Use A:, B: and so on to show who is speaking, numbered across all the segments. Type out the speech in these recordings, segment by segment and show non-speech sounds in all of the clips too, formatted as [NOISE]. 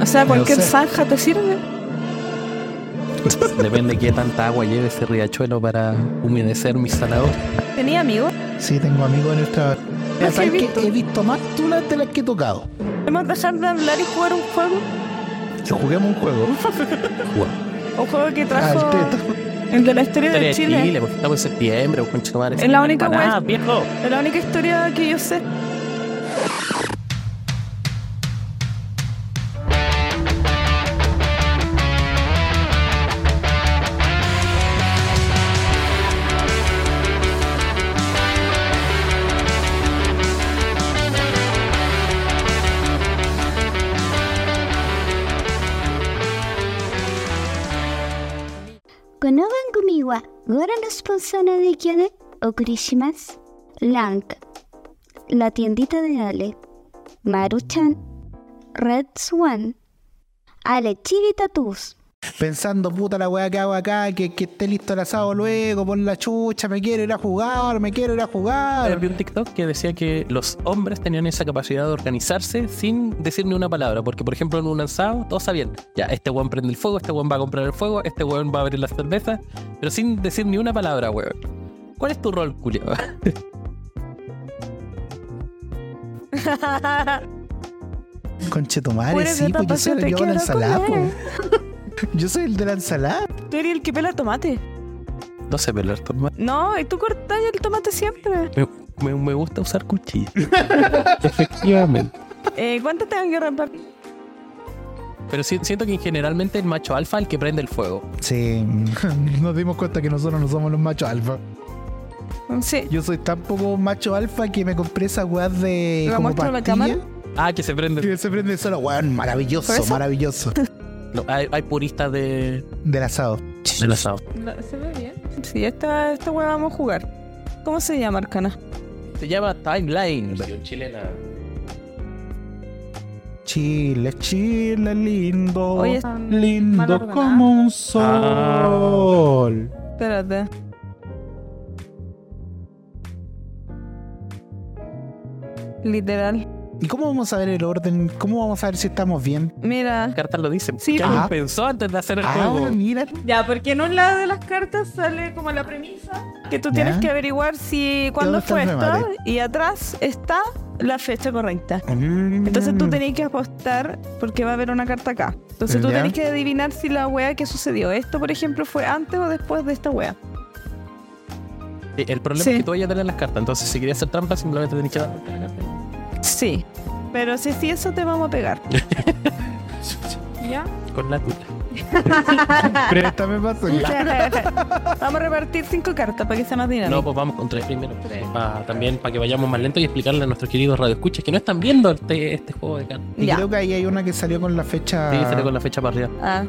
A: O sea,
B: No
A: cualquier
B: sé.
A: zanja te sirve.
C: Depende de qué tanta agua lleve ese riachuelo para humedecer mi salado.
A: ¿Tenía amigos?
B: Sí, tengo amigos en el trabajo.
A: Ah,
B: Mira,
A: sí,
B: ¿sabes
A: he
B: qué?
A: visto.
B: He visto más tunas de las que he tocado.
A: ¿Podemos dejar de hablar y jugar un juego?
B: Si juguemos un juego.
A: Un juego que trajo
B: Al Ah, teto.
A: el de la historia
C: Historia
A: de
C: de
A: Chile.
C: Chile, porque estamos en septiembre, pues, un conchetumare.
A: Es la única
C: Para
A: wea-
C: nada, viejo.
A: Es la única historia que yo sé. [LAUGHS]
D: この番組はご覧のスポンサーの影響でお送りします。ランク、La tiendita de Ale、マルちゃん、Red Swan、アレチリタトゥース。
B: Pensando, puta la weá que hago acá, que, que esté listo el asado luego, por la chucha, me quiero ir a jugar, me quiero ir a
C: Ayer
B: jugar.
C: Vi un TikTok que decía que los hombres tenían esa capacidad de organizarse sin decir ni una palabra. Porque, por ejemplo, en un asado, todos sabían, ya, este weón prende el fuego, este weón va a comprar el fuego, este weón va a abrir las cervezas, pero sin decir ni una palabra, weón. ¿Cuál es tu rol, Julio?
B: Conche tu
A: Por
B: madre,
A: esa
B: sí, pues
A: etapa
B: yo soy
A: yo te
B: el que hago la
A: quiero
B: ensalada,
A: comer.
B: po. [LAUGHS] Yo soy el de la ensalada.
A: Tú eres el que pela tomate.
C: [LAUGHS] No sé pelar, toma-
A: No, y tú cortas el tomate siempre.
C: me, me, me gusta usar cuchillo. Efectivamente.
A: Eh, ¿Cuánto tengo que romper?
C: Pero sí- siento que generalmente el macho alfa es el que prende el fuego.
B: Sí, [LAUGHS] nos dimos cuenta que nosotros no somos los machos alfa.
A: Sí.
B: Yo soy tan poco macho alfa que me compré esas weas de.
A: ¿La
B: como
A: muestro a la
B: pastillas,
A: cámara?
C: Ah, que se prende.
B: Que se prende solo, weón,
A: ¿Por
B: maravilloso,
A: eso?
B: maravilloso.
A: [LAUGHS]
C: No, hay, hay puristas de,
B: Del asado.
C: del asado.
A: La- ¿Se ve bien? Sí, esta, esta weá vamos a jugar. ¿Cómo se llama, Arcana?
C: Se llama Timeline.
E: chilena.
B: Chile, Chile lindo.
A: Oye, mal
B: lindo
A: ordenada.
B: como un sol.
A: Espérate. Literal.
B: ¿Y cómo vamos a ver el orden? ¿Cómo vamos a ver si estamos bien?
A: Mira.
C: cartas lo dicen.
A: Sí.
C: Sí,
B: Ah.
C: pensó antes de hacer el
B: Ahora
C: juego.
B: mira.
A: Ya, porque en un lado de las cartas sale como la premisa. Que tú
B: Ya.
A: tienes que averiguar si cuándo
B: está
A: fue
B: el
A: esto.
B: remate?
A: Y atrás está la fecha correcta. Entonces
B: Mm.
A: tú tenés que apostar porque va a haber una carta acá. Entonces tú
B: Ya.
A: tenés que adivinar si la wea que sucedió, esto por ejemplo, fue antes o después de esta wea.
C: Sí, El problema
A: Sí.
C: es que tú vayas a tener las cartas. Entonces, si querías hacer trampa, simplemente tenías que dar la carta.
A: Sí. Pero si es eso, te vamos a
B: [LAUGHS]
A: pegar. ¿Ya?
C: con la tuya.
B: Mm, Préstame
A: [LAUGHS]
B: paso.
A: vamos a repartir cinco cartas para que sea más dinámico.
C: No, pues vamos con tres primero. Pa- también para que vayamos más lento y explicarle a nuestros queridos radioescuchas que no están viendo este, este juego de cartas.
B: Y
A: ya.
B: creo que ahí hay una que salió con la fecha.
C: Sí, sale con la fecha para arriba.
A: Ah.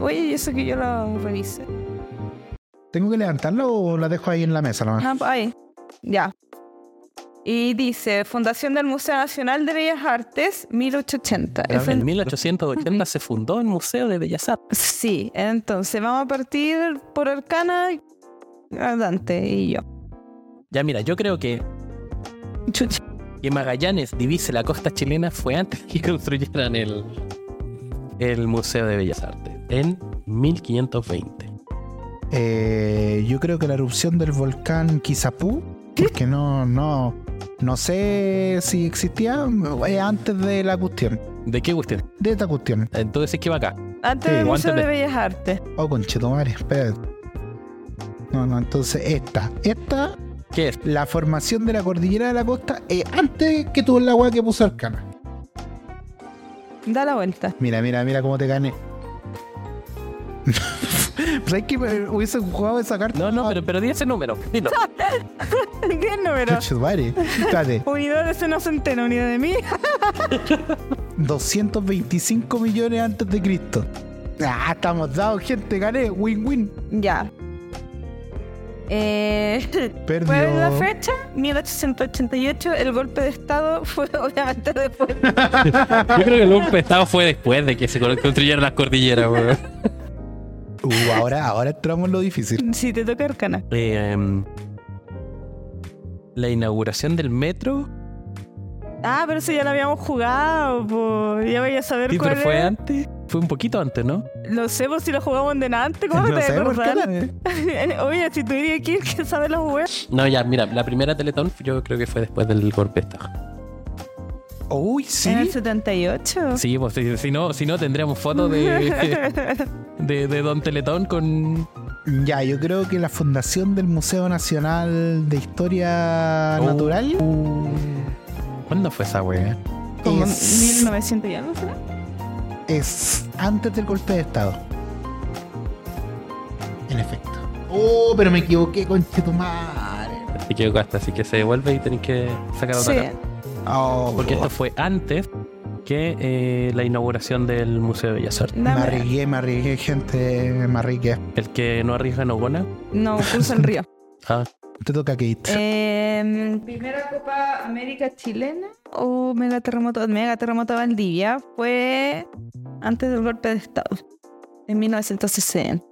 A: Oye, ¿y eso que yo lo revise.
B: ¿Tengo que levantarla o la dejo ahí en la mesa nomás?
A: Ajá, pues ahí. Ya. Y dice, Fundación del Museo Nacional de Bellas Artes, 1880. Es el-
C: En 1880 se fundó el Museo de Bellas Artes.
A: Sí, entonces vamos a partir por Arcana, Dante y yo.
C: Ya mira, yo creo que
A: Chucha.
C: que Magallanes divise la costa chilena fue antes que [LAUGHS] construyeran el, el Museo de Bellas Artes, en 1520.
B: Eh, yo creo que la erupción del volcán Kizapú, porque no, no, no sé si existía eh, antes de la cuestión.
C: ¿De qué cuestión?
B: De esta cuestión.
C: Entonces, ¿qué va acá?
A: Antes
B: Sí,
A: del
C: o
A: Museo
C: antes
A: de
C: de-
A: Bellas Artes.
B: Oh, conchetumare, espérate. No, no, entonces esta. Esta,
C: ¿Qué es?
B: la formación de la cordillera de la costa, eh, antes que tuvo el agua que puso Arcana.
A: Da la vuelta. [LAUGHS]
B: Mira, mira, mira cómo te gané. [LAUGHS] ¿Sabes que eh, hubiese jugado esa carta?
C: No, no, pero, pero di ese número.
A: [LAUGHS]
C: Dilo.
A: ¿Qué número?
B: Conchetumare.
A: [LAUGHS]
B: Espérate.
A: Unidad de seno centena, unidad de mí. [LAUGHS]
B: 225 millones antes de Cristo. Ah, estamos dados, gente, gané, win-win.
A: Ya. Eh, [LAUGHS]
B: Perdió.
A: ¿Cuál es la fecha? 1888. El golpe de Estado fue [LAUGHS] obviamente después.
C: Yo creo que el golpe de Estado fue después de que se construyeron las cordilleras, weón.
B: Uh, ahora, ahora entramos en
A: [LAUGHS]
B: lo difícil.
A: Si te toca Arcana.
C: Eh, em, la inauguración del metro.
A: Ah, pero si ya la habíamos jugado, po. Ya voy a saber
C: Sí,
A: cuál
C: pero fue
A: es.
C: antes. Fue un poquito antes, ¿no?
A: No sé por si lo jugamos en delante. ¿Cómo
B: [LAUGHS] No
A: te
B: sé por qué
A: acordás? [LAUGHS]
B: la-
A: Oye, si tuviera que ir, que saber los juegos.
C: No, ya, mira, la primera Teletón yo creo que fue después del golpe de Estado.
B: Uy, sí.
A: En el 78.
C: Sí, pues si, si no, si no tendríamos fotos de, [LAUGHS] de, de Don Teletón con.
B: Ya, yo creo que la fundación del Museo Nacional de Historia
C: Oh.
B: Natural
C: ¿Cuándo fue esa wea?
A: Como
B: Es-
A: 1900 y algo, ¿será?
B: es antes del golpe de Estado. En efecto. Oh, pero me equivoqué, conche tu madre.
C: Te equivocaste, así que se devuelve y tenés que sacar otra
A: Sí.
C: carta.
B: Oh,
C: Porque esto fue antes que eh, la inauguración del Museo de Bellas Artes.
B: me
A: Dame-
B: arriesgué, me arriesgué, gente, me arriesgué.
C: El que no arriesga no gana.
A: No, curso el
B: [LAUGHS]
A: río.
C: Ah,
B: Te toca, Kate.
A: Eh, primera Copa América chilena o mega terremoto, mega terremoto de Valdivia fue antes del golpe de Estado, en 1960.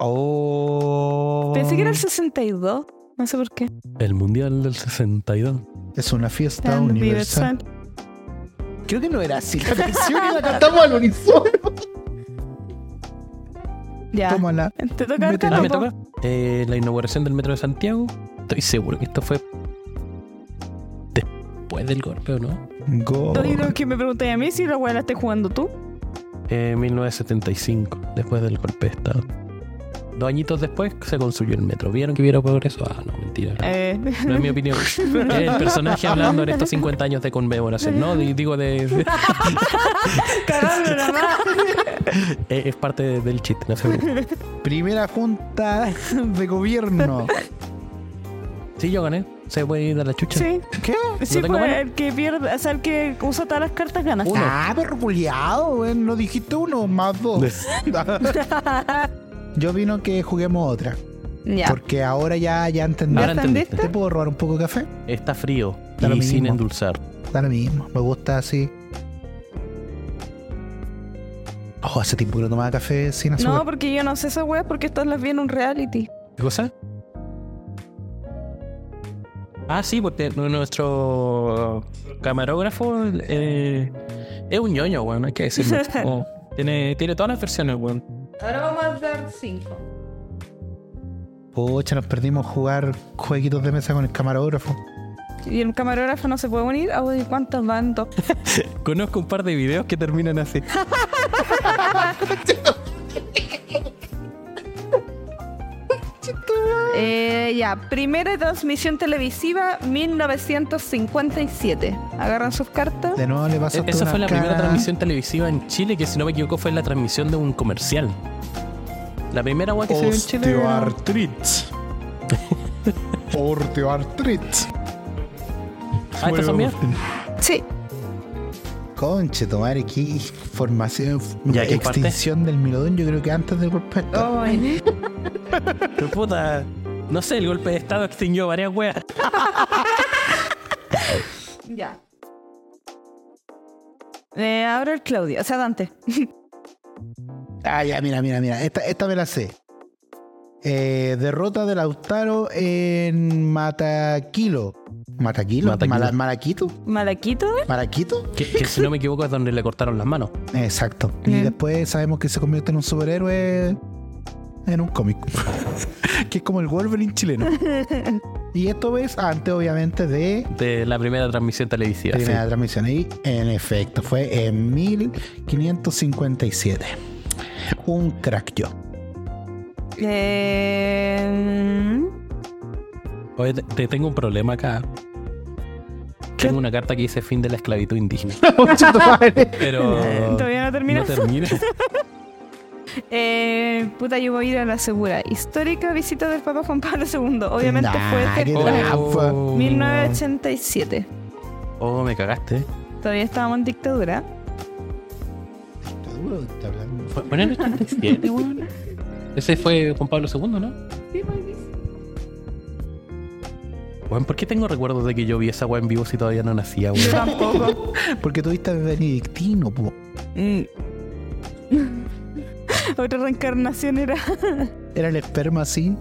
B: Oh.
A: Pensé que era el 62, no sé por qué.
C: el Mundial del 62.
B: Es una fiesta
A: Tan
B: universal.
A: universal.
B: Creo que no era [LAUGHS] así la canción y la cantamos al unísono.
A: Ya.
B: Tómala.
A: Te toca
B: Métela.
A: Carlos,
C: Ah, me
A: po.
C: toca. Eh, la inauguración del Metro de Santiago. Estoy seguro que esto fue después del golpe, ¿o no?
B: Go.
A: Tú y lo que me pregunté a mí si la weá la estás jugando tú.
C: Eh, 1975, después del golpe de Estado. Dos añitos después se construyó el metro. ¿Vieron que hubiera progreso? Ah, no, mentira.
A: Eh, [LAUGHS]
C: No es mi opinión. Es El personaje hablando en estos 50 años de conmemoración, ¿no? Di- Digo,
A: [LAUGHS]
C: de, de-
A: cagando
C: [LAUGHS]
A: nada más.
C: eh, es parte de- del chiste, no se preocupen.
B: Primera junta [LAUGHS] de gobierno.
C: Sí, yo gané. Se puede ir a la chucha.
A: Sí,
B: ¿Qué?
A: sí,
C: tengo
A: pues,
C: mano?
A: el que pierde, o sea, el que usa todas las cartas gana.
C: Uno.
B: Ah, pero culiao, weón. No dijiste uno, más dos. [LAUGHS] Yo vino que juguemos otra.
A: Ya.
B: Porque ahora ya, ya entendí.
C: Ahora
A: ¿Ya
C: entendiste.
B: ¿Te puedo robar un poco de café?
C: Está frío
B: Da lo
C: y sin
B: mismo.
C: endulzar.
B: Da lo mismo. Me gusta así. Oh, hace tiempo que no tomaba café sin
A: No,
B: azúcar.
A: porque yo no sé esas weas porque estas las vi en un reality.
C: ¿Qué cosa? Ah, sí, porque n- nuestro camarógrafo eh, es un ñoño, weón, hay que decirlo. Como tiene, tiene todas las versiones, weón.
A: Ahora vamos a dar 5.
B: Pocha, nos perdimos jugar jueguitos de mesa con el camarógrafo.
A: ¿Y el camarógrafo no se puede unir? Ah, uy, ¿Cuántos van?
C: [LAUGHS]
A: Dos.
C: Conozco un par de videos que terminan así.
A: Eh, ya, primera transmisión televisiva 1957. Agarran sus cartas.
B: De nuevo le pasó
C: E- Esa fue la primera transmisión televisiva en Chile, que si no me equivoco fue la transmisión de un comercial. La primera weá que se dio en Chile. era- [LAUGHS]
B: Osteoartritis. Osteoartritis.
C: Ah, estas son mías.
A: Sí.
B: Conche, tomar aquí formación.
C: Ya, ¿qué parte? Oh.
B: extinción del milodón, yo creo que antes del golpe. de Estado.
A: Ay,
C: Pero puta. No sé, el golpe de estado extinguió varias weas.
A: ya. Eh, ahora el Claudio, o sea, Dante. [LAUGHS]
B: Ah, ya, mira, mira, mira. Esta, esta me la sé. Eh, derrota de Lautaro en Mataquilo. ¿Mataquilo?
C: Mataquilo.
B: Mala- ¿Malaquito?
A: ¿Malaquito?
B: ¿Maraquito?
C: Que, que si no me equivoco es donde le cortaron las manos.
B: Exacto. Y
A: Bien.
B: después sabemos que se convierte en un superhéroe en un
C: [LAUGHS]
B: cómic. que es como el Wolverine chileno. y esto es antes, obviamente, de
C: De la primera transmisión televisiva. sí.
B: primera transmisión. Y en efecto, fue en 1557. Un crack
C: [LAUGHS]
B: yo.
A: Eh,
C: Oye, te, te tengo un problema acá. Tengo una carta que dice fin de la esclavitud indígena. [LAUGHS] Pero.
A: Todavía no termina.
C: No [LAUGHS] termina.
A: Eh, puta, yo voy a ir a la segura. Histórica visita del Papa Juan Pablo II. Obviamente
B: Nah,
A: fue
B: qué
A: temprano.
B: trampa.
C: Oh.
A: 1987.
C: Oh, me cagaste.
A: Todavía estábamos en dictadura.
B: Está duro, está hablando.
C: ¿Fue fue en el 87, weón? Ese fue Juan Pablo II, ¿no? Weón, ¿por qué tengo recuerdos de que yo vi esa weá en vivo si todavía no nacía,
A: Yo
B: [LAUGHS]
C: weón?
A: tampoco.
B: Porque tuviste benedictino, po.
A: Mm. [LAUGHS] Otra reencarnación era.
B: Era el esperma así.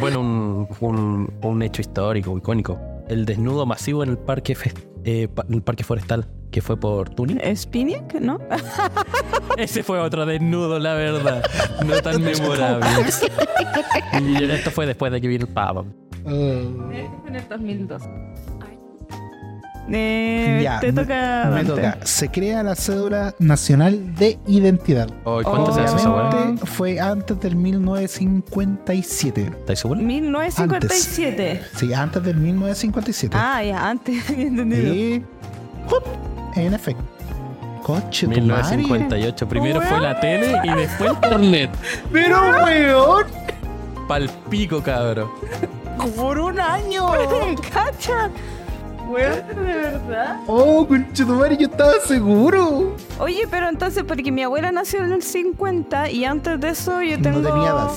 C: Bueno, un, un, un hecho histórico, icónico. El desnudo masivo en el parque, fes- eh, pa- en el parque forestal. que fue por Tunic.
A: ¿Spiniak? ¿No?
C: Ese fue otro desnudo, la verdad. No [LAUGHS] tan memorable. Y esto fue después de que vino el Papa.
A: en el 2002. Eh,
B: Ya,
A: te
B: me-
A: toca.
B: Me
A: Dante.
B: toca. Se crea la cédula nacional de identidad.
C: Ay, ¿Cuánto se hace esa weá?
A: Obviamente.
B: Obviamente fue antes del 1957.
C: ¿Estáis seguros?
A: 1957.
B: Sí, antes del 1957.
A: Ah, ya, antes. [LAUGHS] había entendido.
B: Y. ¡Jup! En efecto. Coche, tu madre.
C: 1958. Primero fue la tele y después internet.
B: Pero, weón.
C: Palpico, cabrón.
A: ¡Por un año! [LAUGHS] ¡Cacha! Weón, de verdad.
B: Oh, coche, tu madre, yo estaba seguro.
A: Oye, pero entonces, porque mi abuela nació en el 50 y antes de eso yo tengo.
B: No tenía edad.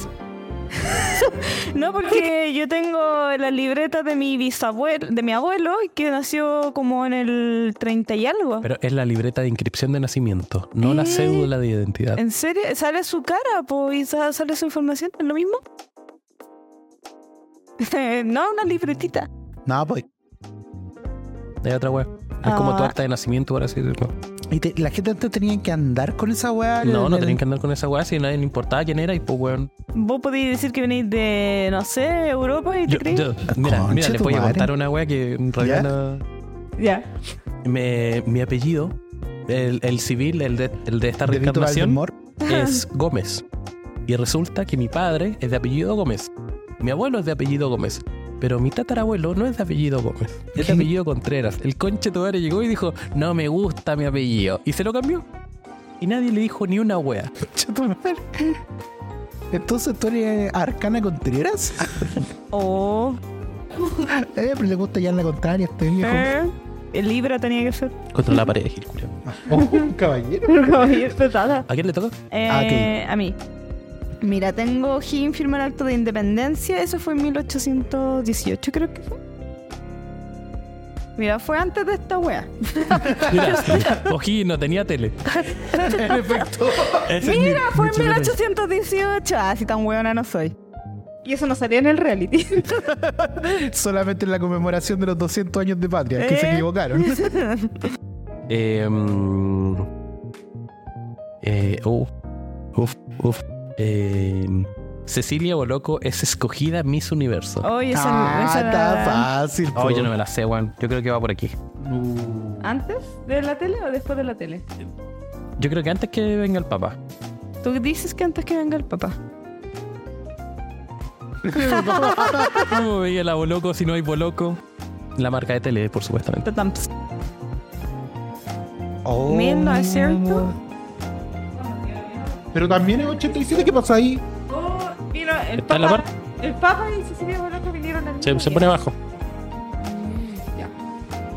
A: No, porque yo tengo la libreta de mi bisabuelo, de mi abuelo, que nació como en el 30 y algo.
C: Pero es la libreta de inscripción de nacimiento, no la
A: Eh.
C: cédula de identidad.
A: ¿En serio? ¿Sale su cara po, y sa- sale su información? ¿Es lo mismo? [LAUGHS] no, una libretita.
B: No, pues.
C: Es otra web. Es como tu
A: Ah.
C: acta de nacimiento, ahora sí decirlo.
B: Y te- la gente antes tenía que andar con esa weá.
C: No, no tenían que andar con esa weá si nadie le importaba quién era y pues weón.
A: Vos podéis decir que venís de, no sé, Europa y te
C: Yo-
A: creí.
C: yo- mira,
B: Concha
C: mira, le
B: tu
C: voy a
B: madre.
C: contar una weá que en
B: ¿Ya?
C: realidad no-
A: Ya.
C: Me- mi apellido, el, el civil, el de, el de esta
B: De Vito
C: reencarnación,
B: Valdemar.
C: es Gómez. Y resulta que mi padre es de apellido Gómez. Mi abuelo es de apellido Gómez. Pero mi tatarabuelo no es de apellido Gómez. Es
B: ¿Qué?
C: de apellido Contreras. El conche tu madre llegó y dijo, no me gusta mi apellido. Y se lo cambió. Y nadie le dijo ni una wea.
B: Conche tu madre. Entonces tú eres Arcana [LAUGHS] Contreras.
A: O.
B: Eh, pero le gusta ya la contraria a este viejo.
A: eh, el Libra tenía que [LAUGHS] ser.
C: Contra la pared, Gil, culiao.
B: Oh, caballero.
C: ¿A quién le toca?
A: Eh,
B: Ah, ok.
A: A mí. Mira, tengo Higgins firma el acto de independencia. Eso fue en 1818, creo que fue. Mira, fue antes de esta wea.
C: Mira, [LAUGHS] Ojí no tenía tele.
B: [LAUGHS] En efecto.
C: [LAUGHS] Ese es mi-
A: Mira, fue en
C: mi-
A: 1818. Ah, si tan weona no soy. Y eso no salía en el reality.
B: Solamente en la conmemoración de los 200 años de patria, que se
A: Eh.
B: equivocaron.
C: Eh, mm, eh, uh, uf, uf. Eh, Cecilia Boloco es escogida Miss Universo.
A: [LAUGHS]
C: Oh,
A: Oye, esa,
B: Ah,
A: esa
B: está
A: era-
B: fácil. po.
C: yo no me la sé, Juan. Yo creo que va por aquí.
A: ¿Antes de la tele o después de la tele?
C: Yo creo que antes que venga
A: [LAUGHS]
C: el papá.
A: Tú dices que antes que venga el papá.
C: ¿Cómo veía la Boloco si no hay Boloco? La marca de tele, por supuestamente.
A: Tatamps.
B: Oh.
A: Mil, ¿no es cierto?
B: Pero también en 87, ¿qué pasa ahí?
A: Oh, mira, el
C: Está en la
A: papa, el papa y Cecilia Boloco vinieron al
C: Se,
A: mismo
C: se
A: día.
C: pone abajo.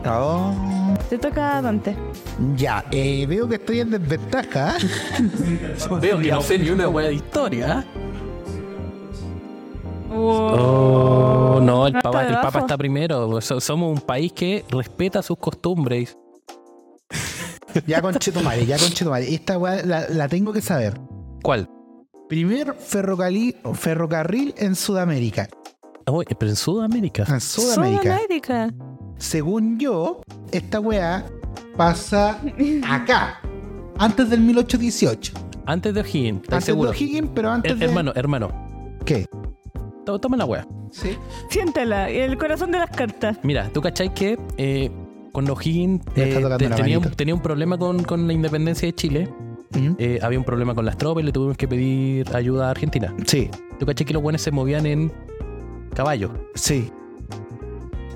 B: Oh.
A: Te toca a Dante.
B: Ya, eh, veo que estoy en desventaja. ¿eh?
C: Veo que no sé ni una wea de historia. ¿ah? Oh, no, el
A: No está
C: Papa, el
A: debajo.
C: Papa está primero. So- Somos un país que respeta sus costumbres.
B: ya conchetumare, ya conchetumare. Esta weá la, la tengo que saber.
C: ¿Cuál?
B: Primer ferrocarril, ferrocarril en Sudamérica.
C: Oh, pero en Sudamérica.
B: En Sudamérica.
A: Sudamérica.
B: Según yo, esta weá pasa acá. Antes del 1818.
C: Antes de O'Higgins, estoy
B: Antes
C: seguro.
B: de O'Higgins, pero antes
C: Her-
B: de...
C: Hermano, hermano.
B: ¿Qué?
C: to- Toma la wea.
B: Sí.
A: Siéntala, el corazón de las cartas.
C: Mira, tú cachai que eh, cuando O'Higgins
B: Me
C: eh,
B: está tocando
C: te-
B: la
C: tenía, un,
B: manito.
C: tenía un problema con, con la independencia de Chile,
B: Mm,
C: eh, había un problema con las tropas y le tuvimos que pedir ayuda a Argentina.
B: Sí,
C: Tú cachai que los buenos se movían en caballo,
B: sí.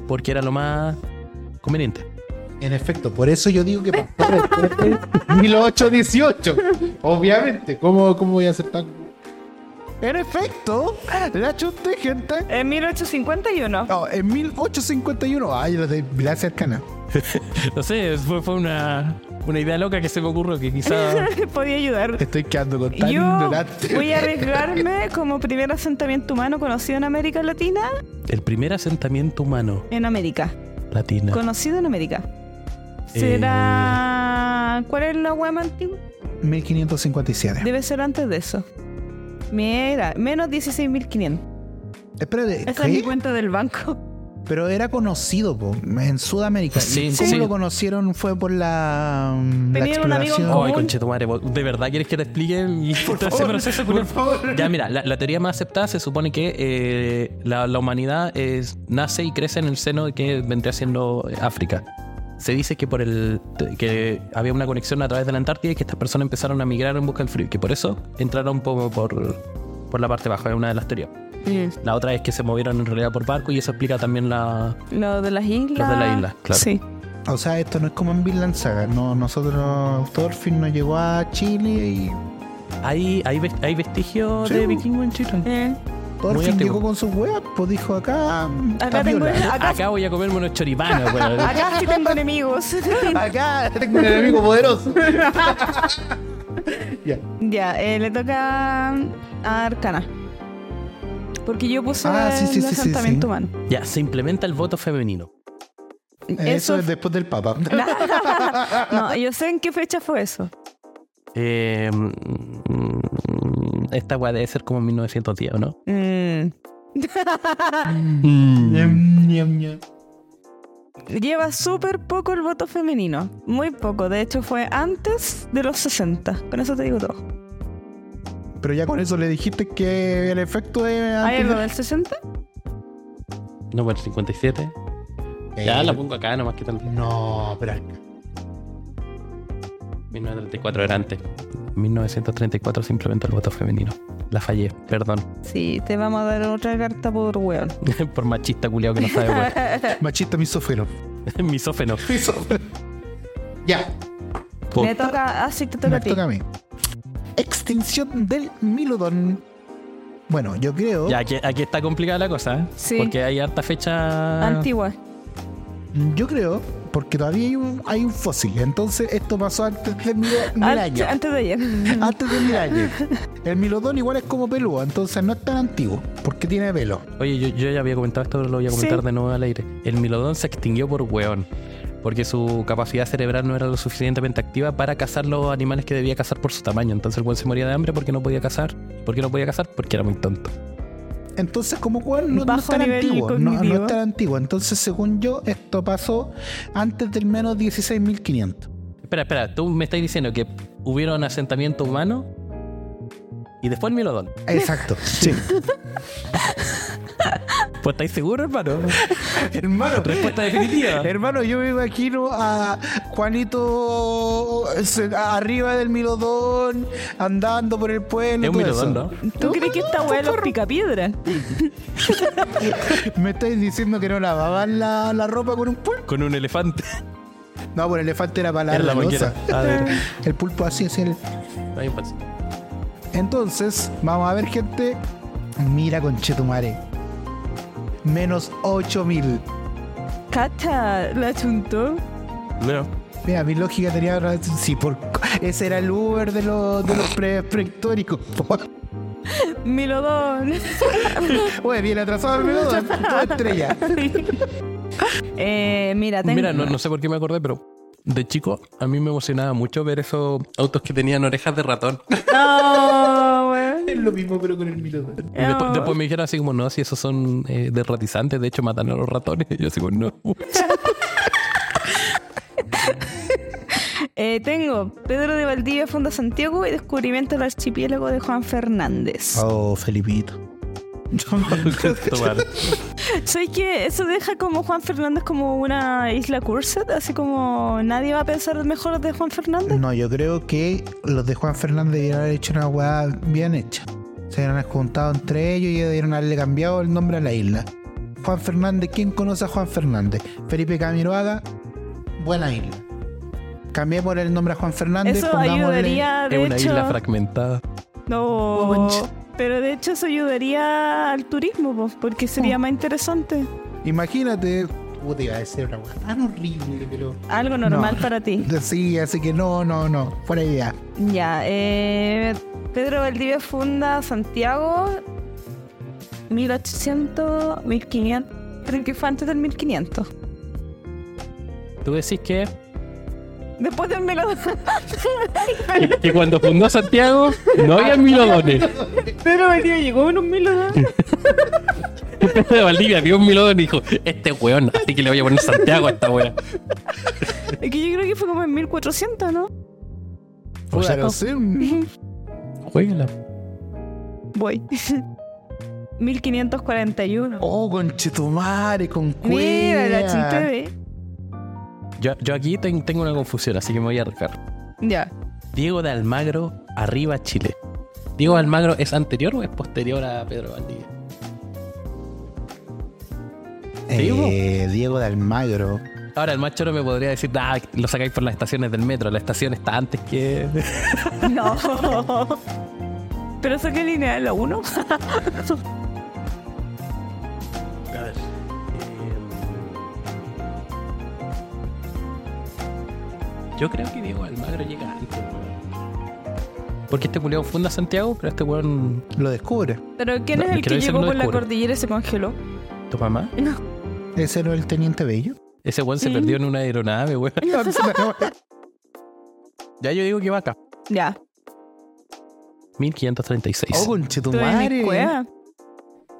C: porque era lo más conveniente. [LAUGHS]
B: En efecto, por eso
A: [LAUGHS]
B: yo digo que pasó después de 1818. Obviamente, ¿cómo, cómo voy a hacer tan...? En efecto, la chunté, gente.
A: En 1851.
B: No, en 1851. Ay, la de la cercana.
C: No sé, fue, fue una, una idea loca que se me ocurrió que
B: [LAUGHS]
C: quizá...
A: [LAUGHS] Podía ayudar.
B: Estoy quedando con tan
A: Yo
B: ignorante.
A: voy a arriesgarme como primer asentamiento humano conocido en América Latina.
C: El primer asentamiento humano
A: En América.
C: latino.
A: Conocido en América.
C: Eh.
A: Será. ¿Cuál es la web antigua?
B: 1557.
A: Debe ser antes de eso. Mira, menos 16.500.
B: Espérate,
A: Esa es mi
B: ¿qué?
A: cuenta del banco.
B: Pero era conocido po, en Sudamérica.
C: Sí,
B: ¿Y
C: sí,
B: cómo
C: sí.
B: lo conocieron fue por la, mm, la
A: Tenían un amigo en
B: exploración.
A: común.
C: Ay, conchetumare, vos- ¿de verdad quieres que te explique el- [LAUGHS] todo ese proceso? culiao? Ya, mira, la, la teoría más aceptada se supone que eh, la, la humanidad es- nace y crece en el seno de que vendría siendo África. Se dice que por el que había una conexión a través de la Antártida y que estas personas empezaron a migrar en busca del frío, y que por eso entraron po- por, por la parte baja, es una de las teorías. La otra es que se movieron en realidad por barco y eso explica también la...
A: Lo de las islas.
C: Los de las islas, claro.
A: Sí.
B: O sea, esto no es como en Vinland Saga. No, nosotros, Thorfinn nos llegó a Chile y
C: ¿Hay, hay, ves- hay vestigios
B: Sí,
C: de
B: po.
C: vikingo en Chile?
A: Eh,
B: Thorfinn
C: antiguo.
B: llegó con sus weas, pues dijo acá.
A: Acá
B: está
A: tengo, [LAUGHS]
B: piola.
A: acá,
C: Acá voy a comerme unos choripanes, weón.
A: acá sí tengo enemigos.
B: [LAUGHS]
A: [LAUGHS]
B: Acá tengo un enemigo poderoso. ya.
A: ya, eh, le toca a Arcana. Porque yo puse
B: Ah, sí, sí,
A: el
B: sí, sí, sí.
A: asentamiento humano.
C: Ya, se implementa el voto femenino.
B: Eso,
A: Eso
B: es después del Papa. [LAUGHS]
A: No, yo sé en qué fecha fue eso.
C: Eh, mm, esta weá debe ser como 1910, ¿o ¿no?
A: Mm,
B: Ñam, ñam, ñam.
A: Lleva súper poco el voto femenino. Muy poco. De hecho, fue antes de los 60. Con eso te digo todo.
B: Pero ya con eso le dijiste que el efecto de.
A: ¿Hay
B: antes
A: algo
B: de-
A: del 60?
C: No, bueno, 57.
B: Eh,
C: Ya la pongo acá, nomás que tal.
B: No, pero acá.
A: Eh.
C: 1934 era antes. 1934 se implementó el voto femenino. La fallé, perdón. [LAUGHS]
A: Sí, te vamos a dar otra carta por weón.
C: Por machista culiao que no sabe, weón. [LAUGHS]
B: Machista misófero.
C: Misófeno.
B: Ya,
C: Po-
A: Me toca. Ah, sí, te toca
B: me
A: a ti.
B: toca a mí. Extinción del Milodón. Bueno, yo creo.
C: Ya, aquí, aquí está complicada la cosa, ¿eh?
A: Sí.
C: Porque hay harta fecha.
A: Antigua.
B: Yo creo, porque todavía hay un, hay un fósil. Entonces, esto pasó antes
A: [LAUGHS]
B: del mil, mil
A: Antes,
B: años.
A: antes de ayer.
B: Antes del mil años. El Milodón igual es como peludo, entonces no es tan antiguo, porque tiene pelo.
C: Oye, yo, yo ya había comentado esto, lo voy a comentar
A: Sí.
C: de nuevo al aire. El milodón se extinguió por hueón, porque su capacidad cerebral no era lo suficientemente activa para cazar los animales que debía cazar por su tamaño. Entonces el hueón se moría de hambre porque no podía cazar. ¿Por qué no podía cazar? Porque era muy tonto.
B: Entonces, como cual, no, no es
A: Bajo
B: tan
A: nivel
B: antiguo. No, no
A: cognitivo.
B: es tan antiguo. Entonces, según yo, esto pasó antes del menos 16.500.
C: Espera, espera, tú me estás diciendo que hubieron asentamiento humano y después el milodón.
A: [LAUGHS]
B: Exacto, sí.
C: Pues estáis seguros, hermano.
B: Hermano,
C: [LAUGHS] Respuesta definitiva.
B: Hermano, yo me imagino a Juanito eh, se- arriba del milodón, andando por el pueblo.
C: Es un
B: todo
C: milodón,
B: eso.
C: ¿no?
A: [LAUGHS] ¿Tú crees que esta weá los pica piedra?
B: [LAUGHS] ¿Me estáis diciendo que no lavaban la, la ropa con un pulpo?
C: Con un elefante
B: No, por el elefante era para la,
C: [LAUGHS] en la
B: la loza.
C: manguera. A [LAUGHS] ver,
B: El pulpo así, así. el-
C: no hay impacto.
B: Entonces, vamos a ver, gente. Mira, conchetumare. Menos 8000.
A: Cacha, la chuntó.
C: No.
B: Mira, mi lógica tenía. Sí, por, ese era el Uber de los, de los pre- prehistóricos. [LAUGHS]
A: Milodón.
B: Oye, bien atrasado el milodón. Todo estrella.
A: [LAUGHS] eh, mira, tengo.
C: Mira, no, no sé por qué me acordé, pero de chico a mí me emocionaba mucho ver esos autos que tenían orejas de ratón. [LAUGHS]
A: No, weón.
B: Es lo mismo, pero con el milodón.
C: Y después,
A: No.
C: después me dijeron así como, no, si esos son eh, derratizantes, de hecho matan a los ratones. [LAUGHS] Y yo así como, no.
A: Eh, tengo Pedro de Valdivia, Funda Santiago y descubrimiento del archipiélago de Juan Fernández.
B: Oh, [LAUGHS] Felipito.
C: Tomar.
A: [LAUGHS] ¿Sabes que Eso deja como Juan Fernández como una isla cursed, así como nadie va a pensar mejor de Juan Fernández.
B: No, yo creo que los de Juan Fernández debieron haber hecho una weá bien hecha. Se hubieran juntado entre ellos y debieron haberle cambiado el nombre a la isla. Juan Fernández, ¿quién conoce a Juan Fernández? Felipe Camiroaga, buena isla. Cambiemos el nombre a Juan Fernández.
A: Eso
B: pongámosle-
A: ayudaría,
C: es
A: de
C: una
A: hecho.
C: isla fragmentada.
A: No. Pero de hecho eso ayudaría al turismo, po, porque sería más interesante.
B: Imagínate. Puta, iba a decir una weá tan horrible, pero. [LAUGHS]
A: Algo normal
B: No.
A: para ti.
B: Sí, así que no, no, no. Fuera idea.
A: [LAUGHS] Ya, eh, Pedro Valdivia funda Santiago 1800, 1500. Creo que fue antes del 1500.
C: Tú decís que,
A: Después del melodón. [LAUGHS]
C: que cuando fundó Santiago no había milodones.
A: Pedro Valdivia llegó en un melodón.
C: El perro de [LAUGHS] Valdivia vio un milodón y dijo, este weón, así que le voy a poner Santiago a esta weá.
A: [LAUGHS] Es que yo creo que fue como en 1400, ¿no?
B: O sea,
C: Juega,
B: no sé, un-
A: [LAUGHS]
C: juégala.
A: Voy. [LAUGHS] 1541.
B: Oh, con chetumare, con cueva.
A: Mira, la chinté
C: Yo, yo aquí ten- tengo una confusión, así que me voy a arriesgar.
A: de. Ya.
C: Diego de Almagro, arriba Chile. ¿Diego de Almagro es anterior o es posterior a Pedro Valdivia?
B: Eh, Diego de Almagro.
C: Ahora, el más choro me podría decir, ah, lo sacáis por las estaciones del metro. La estación está antes que. [LAUGHS]
A: No. [LAUGHS] ¿Pero saqué línea de la 1?
C: A ver. em, Yo creo que Diego Almagro llega antes, weón. Porque este culiao funda Santiago, pero este weón.
B: Lo descubre.
A: ¿Pero quién
C: No,
A: es el
C: creo
A: que
C: que ese
A: llegó
C: no
A: por la
C: descubre.
A: cordillera y se congeló?
C: ¿Tu mamá?
B: Ese no es el
A: [LAUGHS]
B: teniente bello.
C: Ese weón se
A: Sí.
C: perdió en una aeronave, weón. Ya yo digo que vaca.
A: Ya.
C: 1536.
B: oh, con
A: Estuve en mi
B: chetumare.
A: cueva.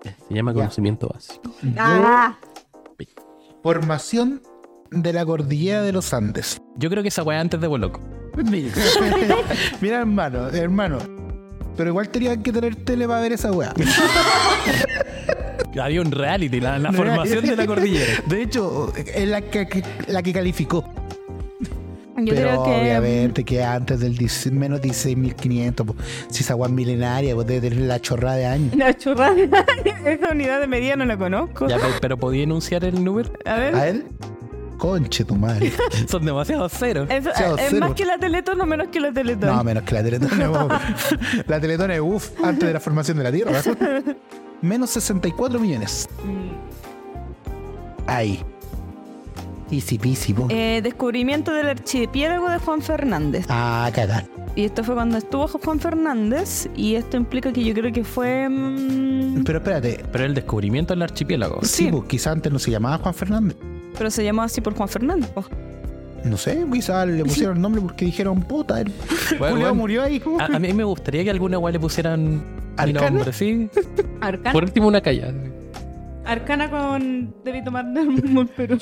C: Se llama
B: Ya.
C: conocimiento básico.
D: Ah,
B: Formación de la cordillera de los
A: [LAUGHS]
B: Andes.
C: Yo creo que esa weá antes de Boloco.
B: Mira, hermano, hermano. Pero igual tenían que tener tele para ver esa weá.
C: Había un reality, la, la formación de
B: [LAUGHS]
C: la cordillera.
B: De hecho, es la que, la que calificó.
A: Yo
B: Pero
A: creo que.
B: obviamente que antes del 16 menos 16.500, po. si esa weá es milenaria, pues debe tener la chorrada de años.
A: La churrada. [LAUGHS] Esa unidad de medida no la conozco.
C: Ya, pe- pero podía enunciar el número.
A: A ver.
B: A él, conche tu madre.
C: Son demasiados ceros.
A: Es,
B: sea,
A: es
B: cero.
A: eh, más que la Teletón o menos que la Teletón.
B: No, menos que la
C: [LAUGHS]
B: Teletón. no. la Teletón es uff, antes de la formación de la Tierra.
C: [LAUGHS]
B: Menos 64 millones.
A: Mm.
B: Ahí. Easy peasy, po.
A: Eh, descubrimiento del archipiélago de Juan Fernández.
B: Ah, cagar.
A: Y esto fue cuando estuvo Juan Fernández. Y esto implica que yo creo que fue. mm,
B: Pero espérate.
C: Pero el descubrimiento
B: [LAUGHS]
C: del archipiélago.
B: Sí,
A: Sí.
B: pues quizá antes no se llamaba Juan Fernández.
A: pero se llamó así por Juan Fernández. po.
B: No sé, pues, quizá le pusieron el nombre porque dijeron puta. El Julio
C: Bueno, bueno. Ah.
B: murió ahí. pues".
C: A, a mí me gustaría que alguna weá le pusieran mi
B: ¿Arcana?
C: nombre, sí.
A: Arcana.
C: Por último, una calla.
A: Arcana con Debí tomar del mismo [LAUGHS] Perú.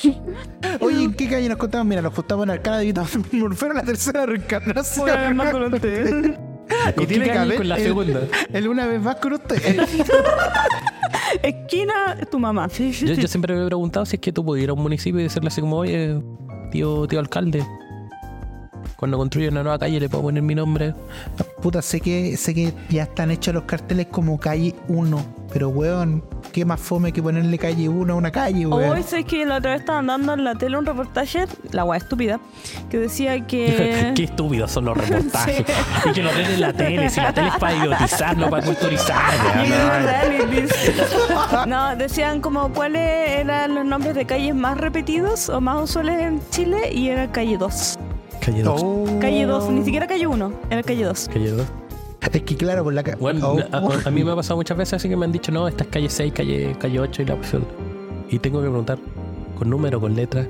B: Oye, ¿en qué calle nos contamos? Mira, nos [LAUGHS] juntamos en Arcana y Morfero la tercera reencarnación.
A: Una vez más [LAUGHS] con ustedes.
B: Y tiene que
C: Kika y
B: haber
C: con la
B: el-
C: segunda.
B: el una vez más con
C: [LAUGHS]
B: usted.
A: Esquina es tu mamá.
C: Yo, yo siempre me he preguntado si es que tú pudieras ir a un municipio y decirle así como, oye, tío, tío alcalde. Cuando construya una nueva calle le puedo poner mi nombre.
B: Puta, sé que, sé que ya están hechos los carteles como calle 1, pero weón, qué más fome que ponerle calle 1 a una calle, weón.
A: Hoy sé que la otra vez estaban dando en la tele un reportaje, la guay estúpida, que decía que.
C: [LAUGHS] Qué estúpidos son los reportajes. Y que lo ven en la tele. Si la tele es para idiotizar, no para culturizar.
A: Mira, realities. No, decían como cuáles eran los nombres de calles más repetidos o más usuales en Chile y era calle 2.
C: Calle 2.
B: Oh.
A: Calle 2, ni siquiera calle 1, era calle 2.
C: Calle 2.
B: Es que claro, por la Oh, calle.
C: Bueno, a, a- a mí me ha pasado muchas veces así que me han dicho, no, esta es calle 6, calle, calle 8 y la opción. Y tengo que preguntar, ¿con número, con letra?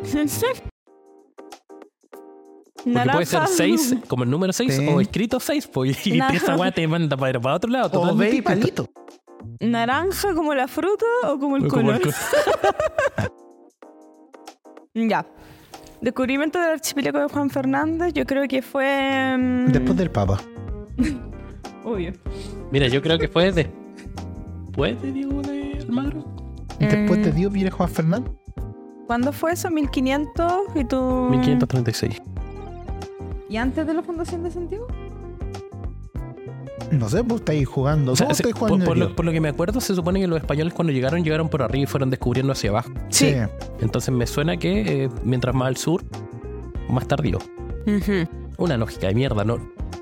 C: Porque puede ser 6, como el número 6,
B: Sí.
C: o escrito 6, pues, y
A: Naranja.
C: esa weá te manda para, para otro lado.
B: o
C: totalmente
B: ve y
C: distinto.
B: oh, palito.
A: ¿Naranja como la fruta o como el
C: Como
A: color?
C: el col-
A: [LAUGHS] Ya. Descubrimiento del archipiélago de Juan Fernández, yo creo que fue. mm,
B: Después del Papa.
A: Obvio.
C: Mira, yo creo que fue de- después de Diego de Almagro.
B: Después
A: Mm.
B: de Dios viene Juan Fernández.
A: ¿Cuándo fue eso? ¿1500? ¿Y
B: Mm.
A: tú?
C: 1536.
A: ¿Y antes de la fundación de Santiago?
B: No sé, pues estáis jugando.
C: O sea,
B: ¿Cómo
C: se-
B: estáis
C: por,
B: jugando?
C: por
B: Dios?
C: lo, por lo que me acuerdo, se supone que los españoles cuando llegaron, llegaron por arriba y fueron descubriendo hacia abajo.
B: sí.
C: Entonces me suena que eh, mientras más al sur, más tardío. Una lógica de mierda, no.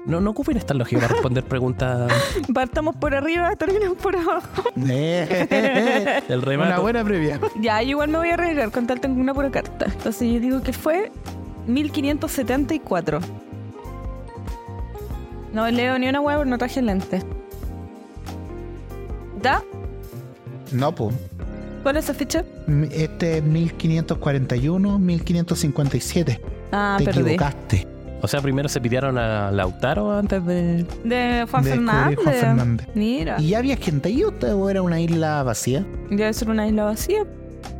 C: No, no ocupen esta lógica para responder preguntas
A: Partamos por arriba, [LAUGHS] terminamos por abajo.
C: [LAUGHS]
B: Eh,
C: del
B: una
C: remate.
B: buena previa.
A: Ya, yo igual me voy a arriesgar con tal tengo una pura carta. Entonces yo digo que fue 1574. No leo ni una hueá porque no traje lentes. ¿Da?
B: No, pues.
A: ¿Cuál es esa ficha?
B: M- Este es 1541, 1557.
A: Ah,
B: Te
A: perdí.
B: equivocaste.
C: O sea, primero se pitearon a Lautaro antes de.
A: De Juan
B: De descubrir
A: Fernández.
B: Juan Fernández.
A: Mira,
B: ¿Y ya había gente ahí o te- o era una isla vacía?
A: debe ser una isla vacía.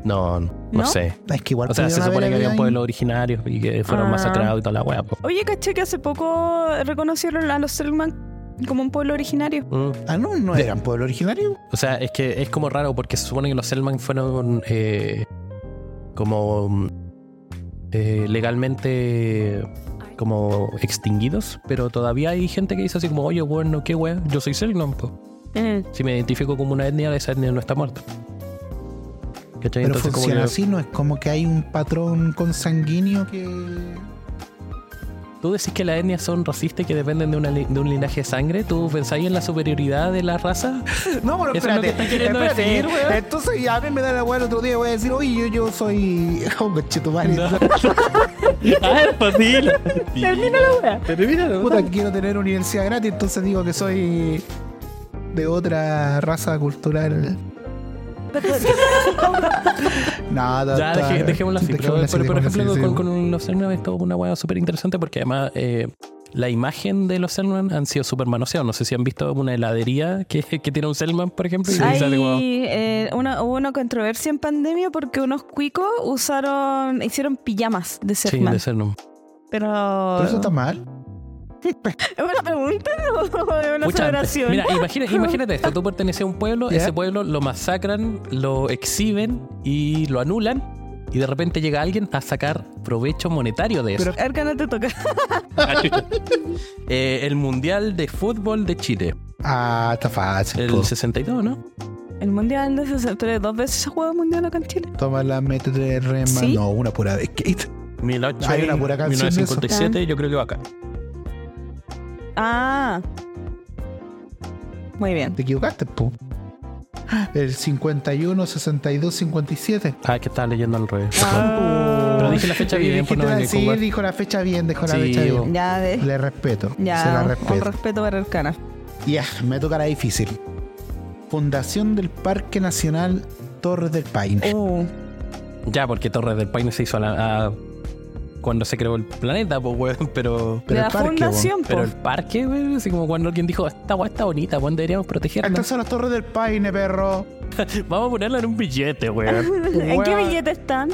C: No, no,
A: ¿No?
C: sé.
B: Es que igual
C: O sea, se
B: pudieron
C: supone
B: haber
C: que había
B: habido
C: un
B: ahí-
C: pueblo originario y que fueron
A: Ah.
C: masacrados y toda la wea. po.
A: Oye, caché que hace poco reconocieron a los Selman como un pueblo originario.
C: Mm.
B: Ah, no, no eran pueblo originario.
C: O sea, es que es como raro porque se supone que los Selman fueron eh, como mm, eh, legalmente como extinguidos, pero todavía hay gente que dice así como, oye, bueno, qué weón, yo soy Selman, po. si me identifico como una etnia, esa etnia no está muerta. ¿Cachai?
B: Pero
C: Entonces, como
B: funciona
C: que-
B: así, ¿no? Es como que hay un patrón consanguíneo que.
C: Tú decís que las etnias son racistas y que dependen de, una li- de un linaje de sangre. ¿Tú pensáis en la superioridad de la raza?
B: No, pero
C: Eso es lo que está queriendo decir, weón.
B: Entonces, ya a mí me da la weá el otro día, voy a decir, oye, yo, yo soy. [LAUGHS] Oh, conchetumare.
C: No. ¡Ah, es [LAUGHS] fácil! Termina la weá. Termina
B: [LAUGHS]
C: la
B: Puta, quiero tener universidad gratis, entonces digo que soy de otra raza cultural. no, no,
C: Ya,
B: no,
C: dejé-
B: no,
C: dejémoslo así. Pero,
B: dejémoslo así,
C: pero, por
B: dejémoslo
C: ejemplo,
B: así,
C: con,
B: sí.
C: con los Selman esto es una hueá súper interesante porque además eh, la imagen de los Selman han sido súper manoseados. No sé si han visto una heladería que, que tiene un Selman, por ejemplo. y
A: Hay,
C: dice así como,
A: eh, una, hubo una controversia en pandemia porque unos cuicos usaron, hicieron pijamas de
C: sí,
A: Selman.
C: de Selman.
A: pero...
B: Pero eso está mal.
A: ¿Es una pregunta o [LAUGHS] es una
C: Mucha antes.
A: celebración?
C: Mira, imagina- imagínate esto. Tú perteneces a un pueblo,
B: Ya.
C: ese pueblo lo masacran, lo exhiben y lo anulan. Y de repente llega alguien a sacar provecho monetario de eso.
A: Arca no te toca.
C: [LAUGHS] Eh, el Mundial de Fútbol de Chile,
B: Ah, está fácil. po.
C: el 62, ¿no?
A: El mundial de 63, dos veces se juega el mundial acá en Chile.
B: Toma la métete rema.
A: ¿Sí?
B: No, una pura de skate.
C: 1800,
B: Hay una pura canción de eso.
C: 1957, yo creo que va acá.
A: Ah. Muy bien.
B: Te equivocaste, po.
A: Ah.
B: El 51, 62, 57.
C: Ah, que estaba leyendo al revés.
A: Ah.
C: Pero dije la fecha
B: Y
C: bien, pues no
B: dijiste, "Ah,
C: venga
B: Sí,
C: con-
B: dijo la fecha bien, dejó la
C: Sí,
B: fecha
C: bo.
B: bien.
A: Ya, de,
B: Le respeto.
A: ya
B: se la
A: un- un
B: respeto.
A: respeto para Arcana.
B: Ya, me tocará difícil. Fundación del Parque Nacional Torres del Paine.
A: Uh,
C: Ya, porque Torres del Paine se hizo a la- a- cuando se creó el planeta, pues, weón. Pero,
A: de
B: Pero
A: la
B: el parque,
A: fundación, po.
C: pero el parque, weón, así como cuando alguien dijo, esta weá está bonita, weón, deberíamos protegerla.
B: Estas son las Torres del Paine, perro.
C: Vamos a ponerla [LAUGHS] en un billete, weón.
A: [LAUGHS] [LAUGHS] ¿En qué
B: Weón.
A: billete están?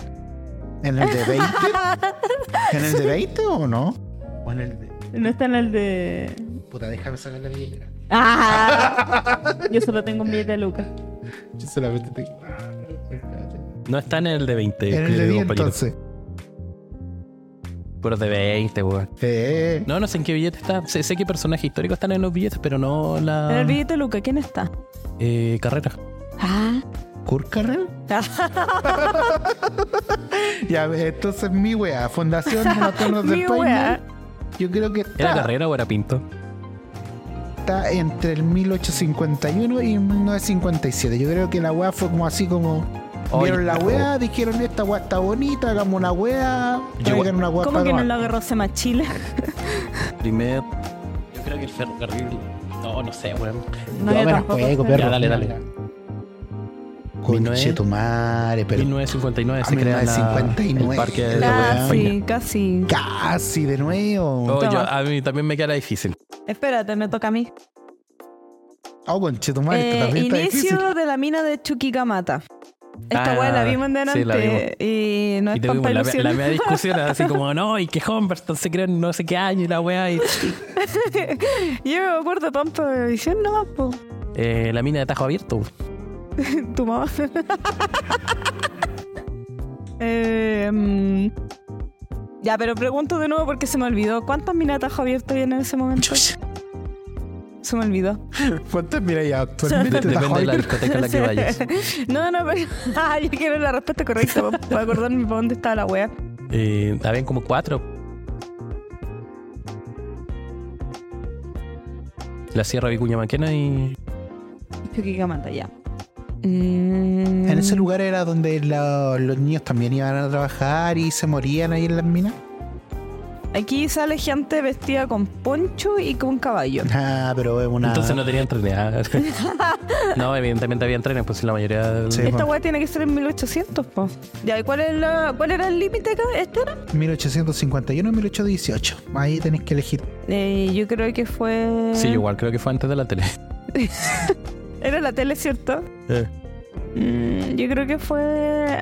B: ¿En el de 20?
A: [LAUGHS]
B: ¿En el de 20 o no? O en el de...
A: No están el de.
B: Puta, déjame sacar la billetera.
A: ¡Ah! [LAUGHS] Yo solo tengo un billete de Lucas.
B: Yo solamente te...
C: No está en el de 20,
B: En el de
C: creo,
B: 10
C: compañero.
B: entonces.
C: Pero de 20, weón.
B: Eh,
C: No, no sé en qué billete está. Sé, sé que personajes históricos están en los billetes, pero no
A: En el
C: la
A: billete de Lucas, ¿quién está?
C: eh, carrera.
A: Ah.
B: ¿Kurt Carrell? Ya, entonces mi
A: [LAUGHS]
B: wea, Fundación de los Torres
A: Mi
B: del Paine.
A: wea.
B: Yo creo que
C: ¿Era
B: está,
C: carrera o era pinto?
B: está entre el 1851 y 1957. Yo creo que la wea fue como así como...
C: Oye,
B: Vieron la
C: no.
B: wea, dijeron esta wea está bonita, hagamos una wea,
C: Yo
B: traigan
C: igual-
B: una wea
A: ¿Cómo
B: para
A: que no
B: tomar.
A: lo agarró Sema Chile?
C: Primer. Yo creo que el ferrocarril. No, no sé, weón.
A: [LAUGHS] No, yo
B: me la
A: tampoco
B: juego,
A: sé.
B: perro.
C: Ya, dale, dale.
B: Conche tu madre, pero
C: 1959 se
B: Ah,
C: crea la-
B: 1959.
C: el parque de
B: La-
C: la
A: Casi, casi.
B: casi de nuevo.
C: Oh, yo-
A: Toma.
C: a mí también me queda difícil.
A: Espérate, me toca a mí.
B: Oh, conche tu madre, esto
A: Eh,
B: también está difícil.
A: inicio de la mina de Chuquicamata. Esta
C: Ah,
A: weá la vimos en
C: sí, la vimos.
A: delante y no
C: y
A: es tan
C: tuvimos la,
A: ilusión.
C: la media discusión, así
B: [LAUGHS]
C: como, no, y que Humberton se creó en no sé qué año y la weá. Y,
A: Yo me acuerdo tanto de visión nomás, po. [LAUGHS]
C: eh, la mina de Tajo Abierto.
A: Tu mamá. [LAUGHS] Eh, mm, ya, pero pregunto de nuevo porque se me olvidó. ¿Cuántas minatas Javier había en ese momento? Se me olvidó.
B: ¿Cuántas mira
A: [LAUGHS]
B: ya actualmente?
C: Depende
B: está
C: de la
B: joven?
C: discoteca a la que vayas.
A: No, no, pero. [LAUGHS] Ah, yo quiero la respuesta correcta pa- para acordarme para dónde estaba la wea.
C: Eh, habían como cuatro. La Sierra Vicuña Maquena y.
A: Chuquicamata, ya. Mm,
B: En ese lugar era donde la- los niños también iban a trabajar y se morían ahí en las minas.
A: Aquí sale gente vestida con poncho y con caballo.
B: Ah, pero es una.
C: Entonces no tenían trenes. ah.
B: [LAUGHS]
C: no, evidentemente habían trenes, pues la mayoría. del-
B: Sí.
A: Esta
B: po.
A: weá tiene que ser en 1800, po. Ya, ¿y cuál, es la- cuál era el límite acá? ¿Este era?
B: 1851 1818. Ahí tenés que elegir.
A: Eh, yo creo que fue.
C: Sí, igual creo que fue antes de la tele.
A: Era la tele, ¿cierto?
B: Eh.
A: Mm, yo creo que fue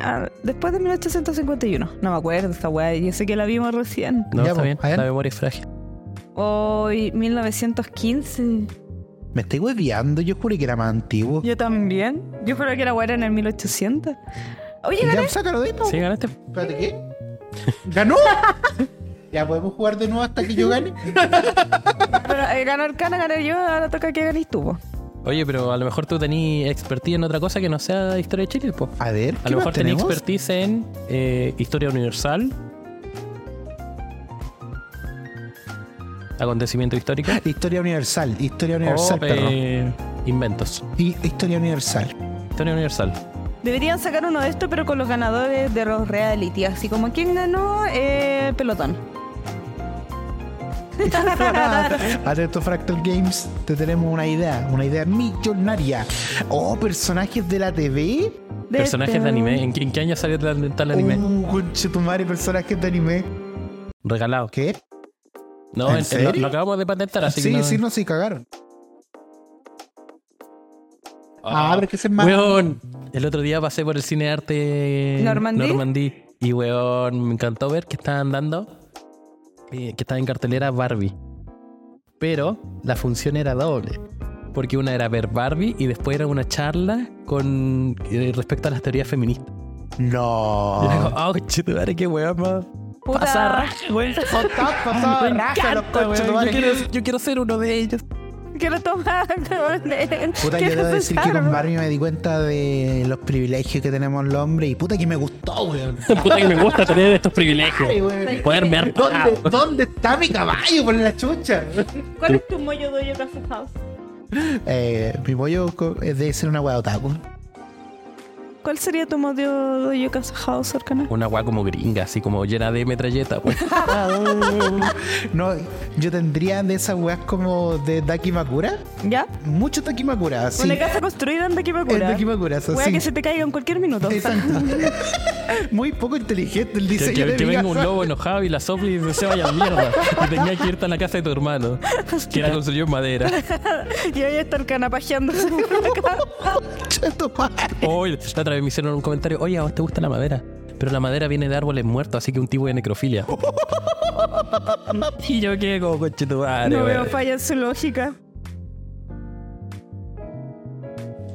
A: ah, después de 1851. No me acuerdo esta weá. Yo sé que la vimos recién.
C: No,
B: Ya,
C: está
B: pues,
C: bien.
B: a ver.
C: La memoria es frágil.
A: Hoy, 1915.
B: Me estoy hueviando, yo juré que era más antiguo.
A: Yo también. Yo creo que la weá era en el 1800. Oye, gané.
B: Ya, sácalo de ahí, po.
C: Sí, ganaste.
B: Espérate,
C: [LAUGHS]
B: ¿qué? ¡Ganó! ya podemos jugar de nuevo hasta que yo gane.
A: Pero, eh, ganó Arcana, gané yo. Ahora toca que ganes tú, po.
C: Oye, pero a lo mejor tú tenías expertise en otra cosa que no sea historia de Chile, pues.
B: A ver, ¿qué
C: A lo
B: más
C: mejor tenías
B: tenemos?
C: expertise en eh, historia universal. Acontecimiento histórico.
B: Historia universal, historia universal,
C: o,
B: perro.
C: eh, inventos.
B: Y historia universal.
C: Historia universal.
A: Deberían sacar uno de estos, pero con los ganadores de los reality. Así como quién ganó eh, el pelotón. [LAUGHS]
B: Atento Fractal Games, te tenemos una idea, una idea millonaria. Oh, personajes de la TV.
A: De
C: Personajes
A: este-
C: de anime. ¿En, qué- en qué año salió tal, tal anime?
B: Uh, conche tu madre, personajes de anime.
C: Regalado.
B: ¿Qué?
C: No,
B: ¿En
C: en-
B: serio?
C: lo, lo acabamos de patentar, así
B: sí,
C: que. no-
B: sí, no, sí, cagaron. Ah,
C: Ah,
B: pero es que ese es más.
C: Weón, el otro día pasé por el cine de arte
A: ¿Normandí?
C: Normandí, y weón, me encantó ver que estaban dando, eh, que estaba en cartelera Barbie. Pero la función era doble, porque una era ver Barbie y después era una charla con eh, respecto a las teorías feministas. Y yo digo,
B: No.
C: oh, chetumare, qué weón, más.
A: Puta.
C: Pasa raja,
B: [LAUGHS]
C: weón.
B: Está pasado
C: Ah, Me
B: de Oh, raja, los
C: encanta,
B: conches tu
C: weón. Yo
B: madre.
C: quiero- yo quiero ser uno de ellos.
A: Quiero tomar. [LAUGHS] Puta,
B: Puta, yo debo decir que con Barbie me di cuenta de los privilegios que tenemos los hombres y puta que me gustó, weón.
C: Puta que me gusta tener estos privilegios.
B: Ay, weón.
C: Poderme ver
B: ¿Dónde, ¿Dónde está mi caballo por la chucha?
A: ¿Cuál es tu mollo de Casa House?
B: Eh, mi pollo co- es de ser una
A: [LAUGHS]
B: weá otaku.
A: ¿Cuál sería tu mollo de Casa House, Arcana?
C: Una weá como gringa, así como llena de
A: [LAUGHS]
C: metralleta, weón.
B: No, yo tendría de esas weas como de Dakimakura.
A: ¿Ya?
B: Mucho Dakimakura, así.
A: Una casa construida en
B: Es
A: Dakimakura.
B: Dakimakura, eso
A: Wea
B: sí.
A: que se te caiga en cualquier minuto.
B: Exacto. [LAUGHS] Muy poco inteligente el
C: Que,
B: diseño
C: que-
B: de
C: que
B: mi
C: venga un
B: casa. [LAUGHS]
C: lobo enojado y la sople y se vaya a mierda. Y tenía que irte a la casa de tu hermano, que la construyó en madera.
A: [LAUGHS] Y ahí está Arcana pajeándose.
B: Concha tu madre.
C: Hoy, la otra vez me hicieron un comentario: Oye, ¿a vos te gusta la madera? Pero la madera viene de árboles muertos, así que un tipo
A: [LAUGHS]
C: de necrofilia. y yo quedé como conchetumare,
A: no veo
C: weón.
A: falla en su lógica.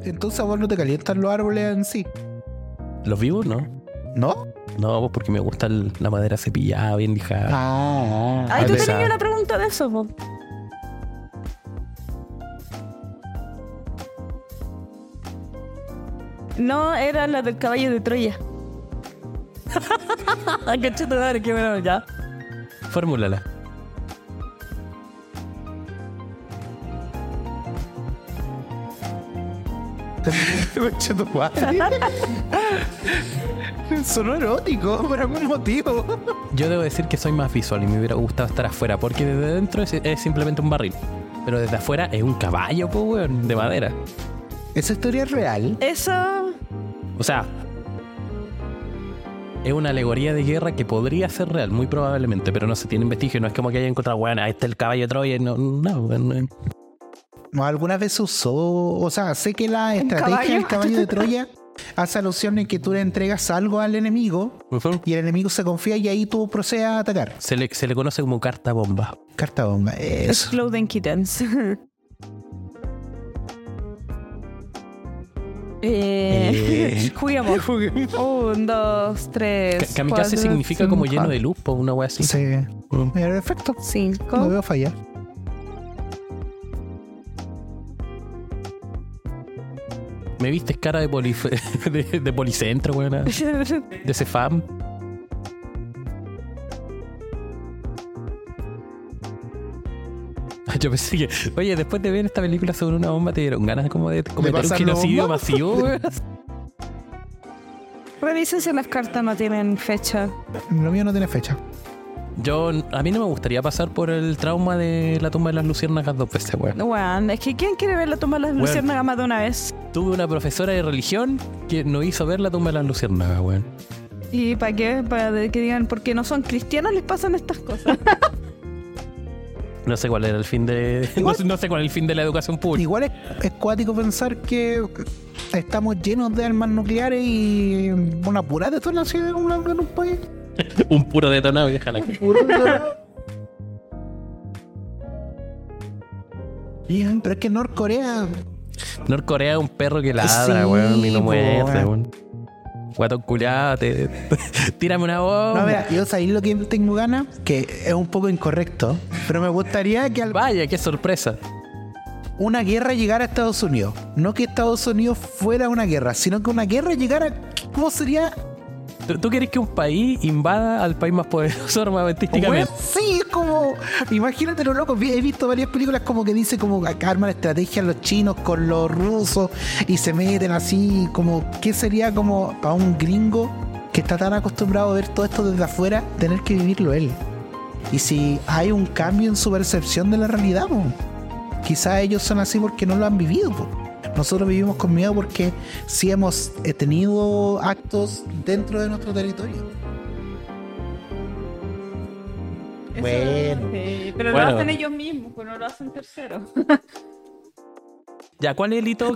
B: Entonces a vos no te calientan los árboles en sí.
C: ¿Los vivos no?
B: ¿No?
C: No, pues porque me gusta el- la madera cepillada, bien lijada.
B: Ah,
A: Ay, tú
B: [LAUGHS]
C: Esa-
A: tenías una pregunta de eso, po. No, era la del caballo de [LAUGHS] Troya. Qué chuta madre, qué bueno, ya. Ah.
C: Formúlala.
B: Concha tu madre.
A: [LAUGHS]
B: Sonó erótico por algún motivo. [LAUGHS]
C: Yo debo decir que soy más visual y me hubiera gustado estar afuera, porque desde dentro es, es simplemente un barril. Pero desde afuera es un caballo, pues, weón, de madera.
B: Esa historia es real.
A: Eso.
C: O sea, es una alegoría de guerra que podría ser real, muy probablemente, pero no se tienen vestigios. No es como que haya encontrado, weón, ahí está el caballo de Troya. No, no, weón, no.
B: No, algunas veces usó, o sea, sé que la estrategia
A: caballo?
B: del caballo de Troya hace alusión en que tú le entregas algo al enemigo
C: Ujú.
B: y el enemigo se confía y ahí tú procedes a atacar.
C: Se le, se le conoce como carta bomba.
B: Carta bomba, eso.
A: Exploding Kittens. [LAUGHS] eh, [LAUGHS] juguemos. Un, dos, tres.
C: Ka- kamikaze
A: cuatro,
C: significa como
A: cinco.
C: lleno de luz, po, una weá así.
B: Sí.
C: Mm.
B: Mira, perfecto.
A: [LAUGHS]
B: No
A: Cinco.
B: veo fallar.
C: Me viste cara de, polif- [LAUGHS] de, de policentro, weón, de Cefam. Ah, [LAUGHS] Yo pensé que, oye, después de ver esta película sobre una bomba, te dieron ganas como de cometer un
B: pasar la
C: genocidio
B: bomba? [LAUGHS]
C: masivo, weón.
A: Revisen si las cartas no tienen fecha.
B: Lo mío no tiene fecha.
C: Yo, a mí no me gustaría pasar por el trauma de la tumba de las luciérnagas dos veces, weón.
A: Weón, es que ¿quién quiere ver la tumba de las
C: Weón.
A: luciérnagas más de una vez?
C: Tuve una profesora de religión que nos hizo ver la tumba de las luciérnagas, weón.
A: ¿Y para qué? Para que digan, porque no son cristianos les pasan estas [LAUGHS] cosas.
C: No sé cuál era el fin de. [LAUGHS] No, sé- no sé cuál es el fin de la educación pública.
B: Igual es, es cuático pensar que estamos llenos de armas nucleares y una pura detonación en, una- en un país.
C: [LAUGHS] Un puro detonado, vieja la
B: Puro
C: [LAUGHS]
B: detonado. Bien, Pero es que Norcorea
C: Norcorea es un perro que ladra,
B: Sí,
C: weón, y no
B: po,
C: muerde,
B: weón.
C: weón. Guatón culiado, te- [LAUGHS] tírame una bomba.
B: No, mira, yo sabéis lo que tengo ganas, que es un poco incorrecto, pero me gustaría que al-
C: Vaya, qué sorpresa.
B: una guerra llegara a Estados Unidos. No que Estados Unidos fuera una guerra, sino que una guerra llegara. ¿Cómo sería?
C: ¿Tú, tú querés que un país invada al país más poderoso [LAUGHS] armamentísticamente?
B: Weón, Sí, es como. Imagínate lo loco. vi- He visto varias películas como que dice como que arman estrategias los chinos con los rusos y se meten así. Como, ¿qué sería como a un gringo que está tan acostumbrado a ver todo esto desde afuera, tener que vivirlo él? Y si hay un cambio en su percepción de la realidad, po. quizás ellos son así porque no lo han vivido. po. Nosotros vivimos con miedo porque sí hemos eh, tenido actos dentro de nuestro territorio. Bueno.
A: Sí, pero
C: Bueno.
A: lo hacen ellos mismos, pues no lo hacen terceros.
C: Ya, ¿cuál es el hito?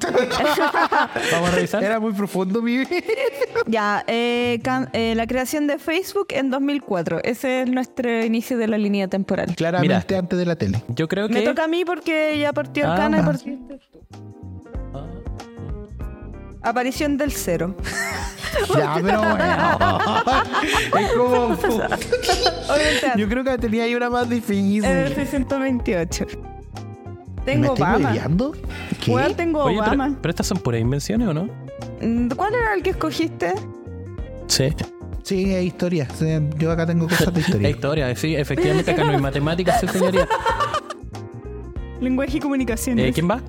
C: Vamos a revisar.
B: Era muy profundo mi
A: [LAUGHS] Ya, eh, can- eh, la creación de Facebook en 2004. Ese es nuestro inicio de la línea temporal.
B: Claramente
C: Mira.
B: antes de
A: [LAUGHS]
B: la tele.
C: Yo creo que.
A: Me toca a mí porque ya partió el
C: Ah,
A: cana y
B: va.
A: partiste tú. Aparición del cero.
B: Ya, pero bueno. [LAUGHS] es como.
A: Oriental.
B: [LAUGHS] Yo creo que tenía ahí una más difícil.
A: El 628. Eh, Tengo
B: ¿Me estoy
A: Obama.
B: hueveando? ¿Qué?
A: Weón, tengo
C: Oye,
A: Obama.
C: pero, pero estas son puras invenciones, ¿o no?
A: Mm, ¿Cuál era el que escogiste?
C: Sí.
B: Sí, es historia. O sea, Yo acá tengo cosas de
C: La [LAUGHS]
B: historia.
C: historia, sí, efectivamente, acá no hay matemáticas, sí, señoría.
A: Lenguaje y comunicaciones.
C: Eh, ¿Quién va?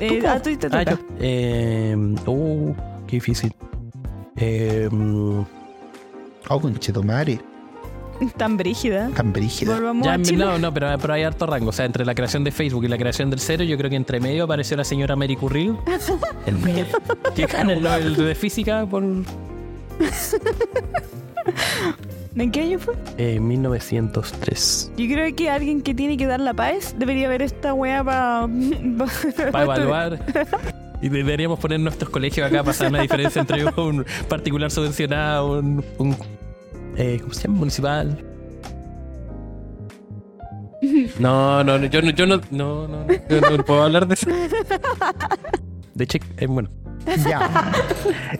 A: Eh,
C: Tú,
A: ah,
C: po.
A: tú y te
C: Ah,
A: toca.
C: yo. Eh, uh, qué difícil. Eh, mm,
B: Oh, conchetumare.
A: Tan brígida.
B: Tan brígida.
A: Volvamos
C: ya,
A: a Chile.
C: no, no, pero, pero hay harto rango. O sea, entre la creación de Facebook y la creación del cero, yo creo que entre medio apareció la señora
A: [LAUGHS]
C: Mary Curry. que gana el Nobel de Física por
A: ¿En qué año fue?
C: eh, 1903.
A: Yo creo que alguien que tiene que dar la paz debería ver esta weá [LAUGHS] para. [LAUGHS]
C: Para evaluar. [LAUGHS] Y deberíamos poner nuestros colegios acá para saber la diferencia [LAUGHS] entre un particular subvencionado, un. un eh, ¿Cómo se llama? Municipal. No, no, no, yo no, yo no, no, no, no, yo no puedo hablar de eso. De hecho, eh, bueno,
B: [LAUGHS] Ya.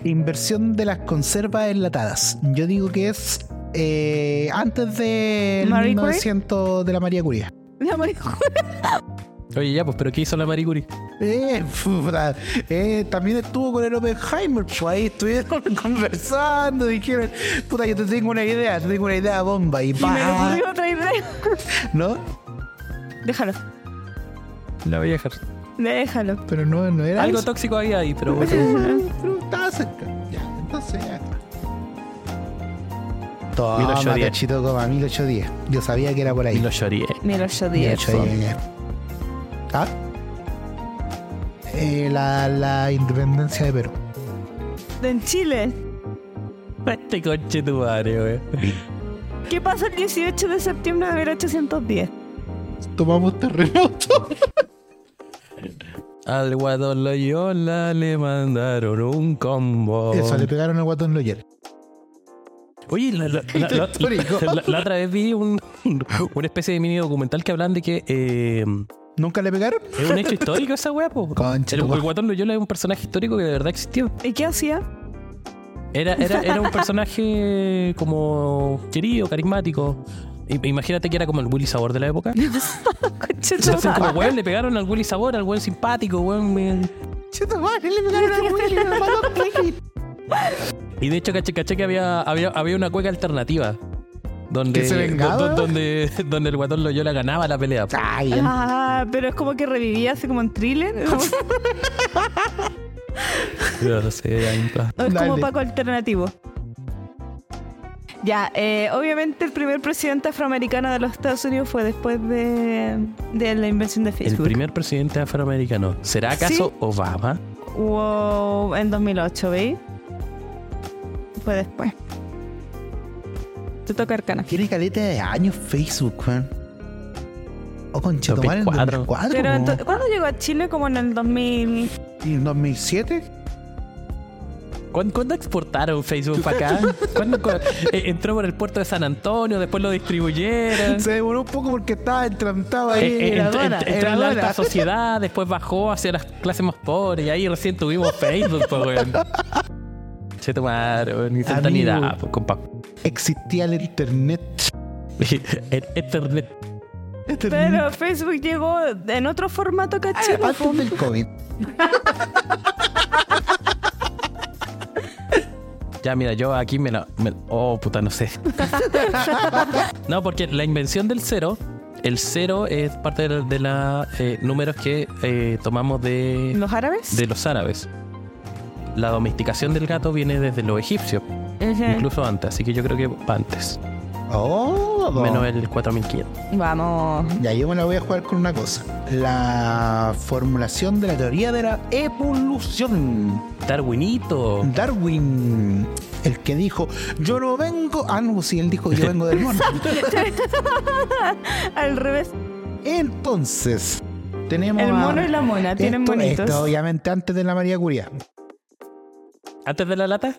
B: Inversión de las conservas enlatadas. Yo digo que es eh, antes de
A: ¿Marie Curie?
B: 1900 de la María Curia.
A: La María Ju-
C: oye, ya, pues, pero ¿qué hizo la Marie Curie?
B: Eh, [LAUGHS] puta, eh, también estuvo con el Oppenheimer, pues ahí estuvieron [LAUGHS] conversando, dijeron, puta, yo te tengo una idea, te tengo una idea bomba y
A: Y me
B: pa,
A: ocurrió otra idea. [LAUGHS]
B: ¿no?
A: Déjalo.
C: La voy a dejar.
A: Déjalo.
B: Pero no, no era
C: Algo
B: eso.
C: tóxico había ahí, pero bueno. [LAUGHS]
B: Pero estaba cerca. Ya, entonces ya. Toma,
C: 1810.
B: cachito coma, 1810. Yo sabía que era por ahí.
C: Y lo lloré.
A: [LAUGHS] Mira, yo di eso.
B: 1810. ¿Ah? Eh, la, la independencia de Perú.
A: En Chile.
C: Este coche tu madre, wey.
A: ¿Qué pasó el 18 de septiembre de 1810?
B: Tomamos terremoto.
C: Al guadón Loyola le mandaron un combo.
B: Eso, le pegaron al guatón Loyer.
C: Oye,
B: [LAUGHS]
C: la, la- la- la-
B: histórico.
C: la- la otra vez vi un, [LAUGHS] un- una especie de mini documental que hablan de que eh,
B: ¿Nunca le pegaron?
C: es un hecho histórico esa weá, po.
B: Concha
C: El,
B: tu
C: el
B: madre.
C: guatón Loyola es un personaje histórico que de verdad existió.
A: ¿Y qué hacía? [LAUGHS]
C: Era, era, era un personaje como querido, carismático. I- Imagínate que era como el Willy Sabor de
B: [LAUGHS]
C: la época.
A: Concha tu
C: Entonces, como
A: madre.
C: weón, le pegaron al Willy Sabor, al weón simpático, weón. eh.
B: Chito madre, le pegaron al Willy, le mandó a Willy.
C: Y de hecho, caché, caché que había, había, había una cueca alternativa. Donde,
B: ¿Que se vengaba?
C: do- do- donde, [LAUGHS] donde el guatón Loyola ganaba la pelea.
B: Ah, bien.
A: Ah, pero es como que revivía así como en thriller. [LAUGHS] ¿no? O
C: Yo no sé, ahí está.
A: es como
B: Dale.
A: Paco alternativo. Ya, eh, obviamente el primer presidente afroamericano de los Estados Unidos fue después de, de la invención de
C: El
A: Facebook.
C: primer presidente afroamericano. ¿Será acaso
A: Sí.
C: Obama?
A: Wow, en 2008, ¿veis? Fue después. Te toca Arcana.
B: Tiene caleta de años Facebook, Oh, man. O con
C: 2004.
B: 2004.
A: Pero
B: po.
A: ento- ¿cuándo llegó a Chile? Como en el 2000.
B: ¿Y en 2007?
C: ¿Cuán- ¿Cuándo exportaron Facebook para acá? ¿Cuándo co- eh, entró por el puerto de San Antonio, después lo distribuyeron?
B: Se demoró un poco porque estaba entrampado
C: Eh,
B: ahí.
C: eh,
B: en la
C: ent-
B: aduana,
C: ent-
B: en
C: entró
B: la
C: en la
B: aduana.
C: alta sociedad, después bajó hacia las clases más pobres y ahí recién tuvimos Facebook, pues, weón. Se tomaron instantaneidad,
B: Amigo.
C: pues, compa. [LAUGHS]
B: Existía el internet.
C: El Ethernet.
A: Pero Facebook llegó en otro formato,
B: Ah,
A: ¿cachai?
B: antes del COVID.
C: Ya, mira, yo aquí me la. me- oh, puta, no sé. no, porque la invención del cero, el cero es parte de los números que eh, tomamos de,
A: ¿Los árabes?
C: de los árabes. La domesticación del gato viene desde los egipcios,
A: Ujú.
C: incluso antes, así que yo creo que va antes.
B: Oh,
C: Menos el 4500.
A: Vamos.
B: Ya, yo me la voy a jugar con una cosa. La formulación de la teoría de la evolución.
C: Darwinito.
B: Darwin, el que dijo, yo no vengo... Ah, no, sí, él dijo, yo vengo
A: [LAUGHS]
B: del mono.
A: Al revés.
B: Entonces, tenemos...
A: El
B: a-
A: mono y la mona tienen
B: esto,
A: monitos.
B: esto obviamente antes de la María Curia.
C: ¿Antes de la lata?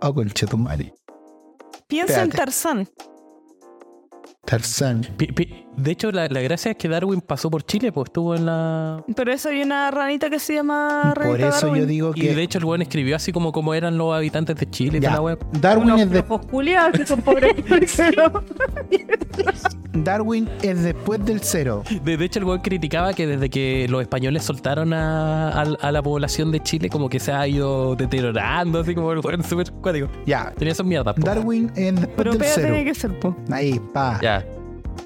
B: Oh, conchetumare.
A: Piensa en
B: Espérate.
A: Tarzán.
B: Tarzán.
C: Pi- pi- De hecho, la, la gracia es que Darwin pasó por Chile, pues estuvo en la.
A: Por eso hay una ranita que se llama ranita
B: Por eso
A: Ah, Darwin.
B: yo digo
C: Y
B: que...
C: de hecho, el weón escribió así como, como eran los habitantes de Chile y
B: Ya,
C: toda la wea.
B: Darwin
A: Unos
B: es de-
A: flojos culiados que son
B: [LAUGHS]
A: pobres terceros.
B: Darwin es después del cero.
C: De, de hecho, el weón criticaba que desde que los españoles soltaron a, a- a la población de Chile, como que se ha ido deteriorando, así como el weón súper cuático.
B: Ya.
C: Tenía esa mierda. po.
B: Darwin es después
A: Pero
B: del
A: pega tenía
B: cero.
A: que ser po.
B: Ahí, pa.
C: Ya,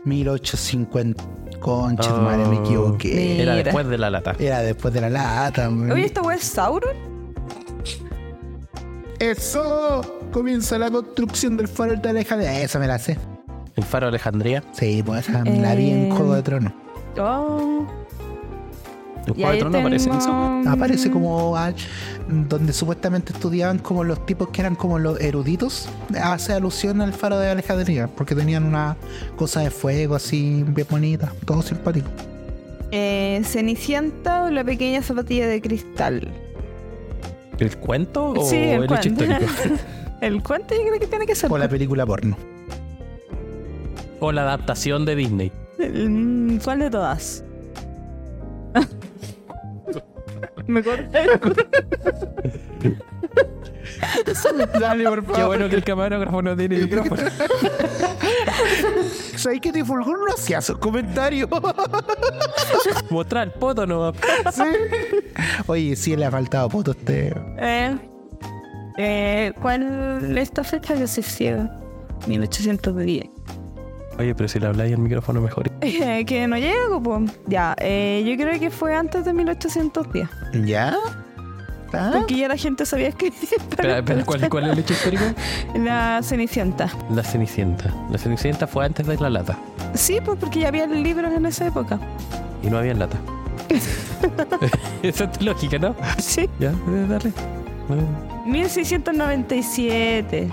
B: 1850. Conchetumare, me
C: Oh.
B: equivoqué.
C: era
A: Mira.
C: después de la lata.
B: Era después de la lata. man.
A: Ah. Oye, ¿esta wea es Sauron?
B: ¡Eso! Comienza la construcción del faro de Alejandría. Esa me la sé.
C: El faro de Alejandría.
B: Sí, pues esa me la vi en
A: Eh.
B: Juego de Tronos.
A: Oh.
C: El
A: Y
C: Juego de
A: ahí
C: Tronos aparece en eso.
A: tenemos-
B: Ah, Aparece como al- donde supuestamente estudiaban como los tipos que eran como los eruditos. Hace alusión al faro de Alejandría, porque tenían una cosa de fuego así bien bonita, todo simpático.
A: Eh, Cenicienta o la pequeña zapatilla de cristal.
C: ¿El cuento o
A: Sí, el
C: el hecho
A: cuento. [LAUGHS]
C: histórico?
A: El cuento yo creo que tiene que ser.
B: O
A: po.
B: la película porno.
C: o la adaptación de Disney.
A: Mm, ¿Cuál de todas? [LAUGHS] Me corté.
B: Dale, por favor.
C: Qué bueno que el camarógrafo no tiene micrófono.
A: [LAUGHS]
B: ¿Sabes que Trifulgor no hacía sus comentarios?
C: Mostrar el poto no.
B: Sí. [LAUGHS] Oye, sí le ha faltado poto a este.
A: Eh, eh, ¿Cuál esta fecha que se ciega? 1810.
C: Oye, pero si le habláis el micrófono mejor.
A: Eh, [LAUGHS] que no llego, pues. Ya, eh, yo creo que fue antes de 1810.
B: ¿Ya? ¿Ah?
A: Porque ya la gente sabía que [LAUGHS]
C: Espera, espera, ¿cuál, ¿Cuál es el hecho histórico?
A: la Cenicienta.
C: La Cenicienta. La Cenicienta fue antes de la lata.
A: Sí, pues porque ya había libros en esa
C: [LAUGHS]
A: época.
C: Y no había lata. [LAUGHS] Esa es tu lógica, ¿no?
A: Sí.
C: Ya, eh, dale. Eh,
A: 1697.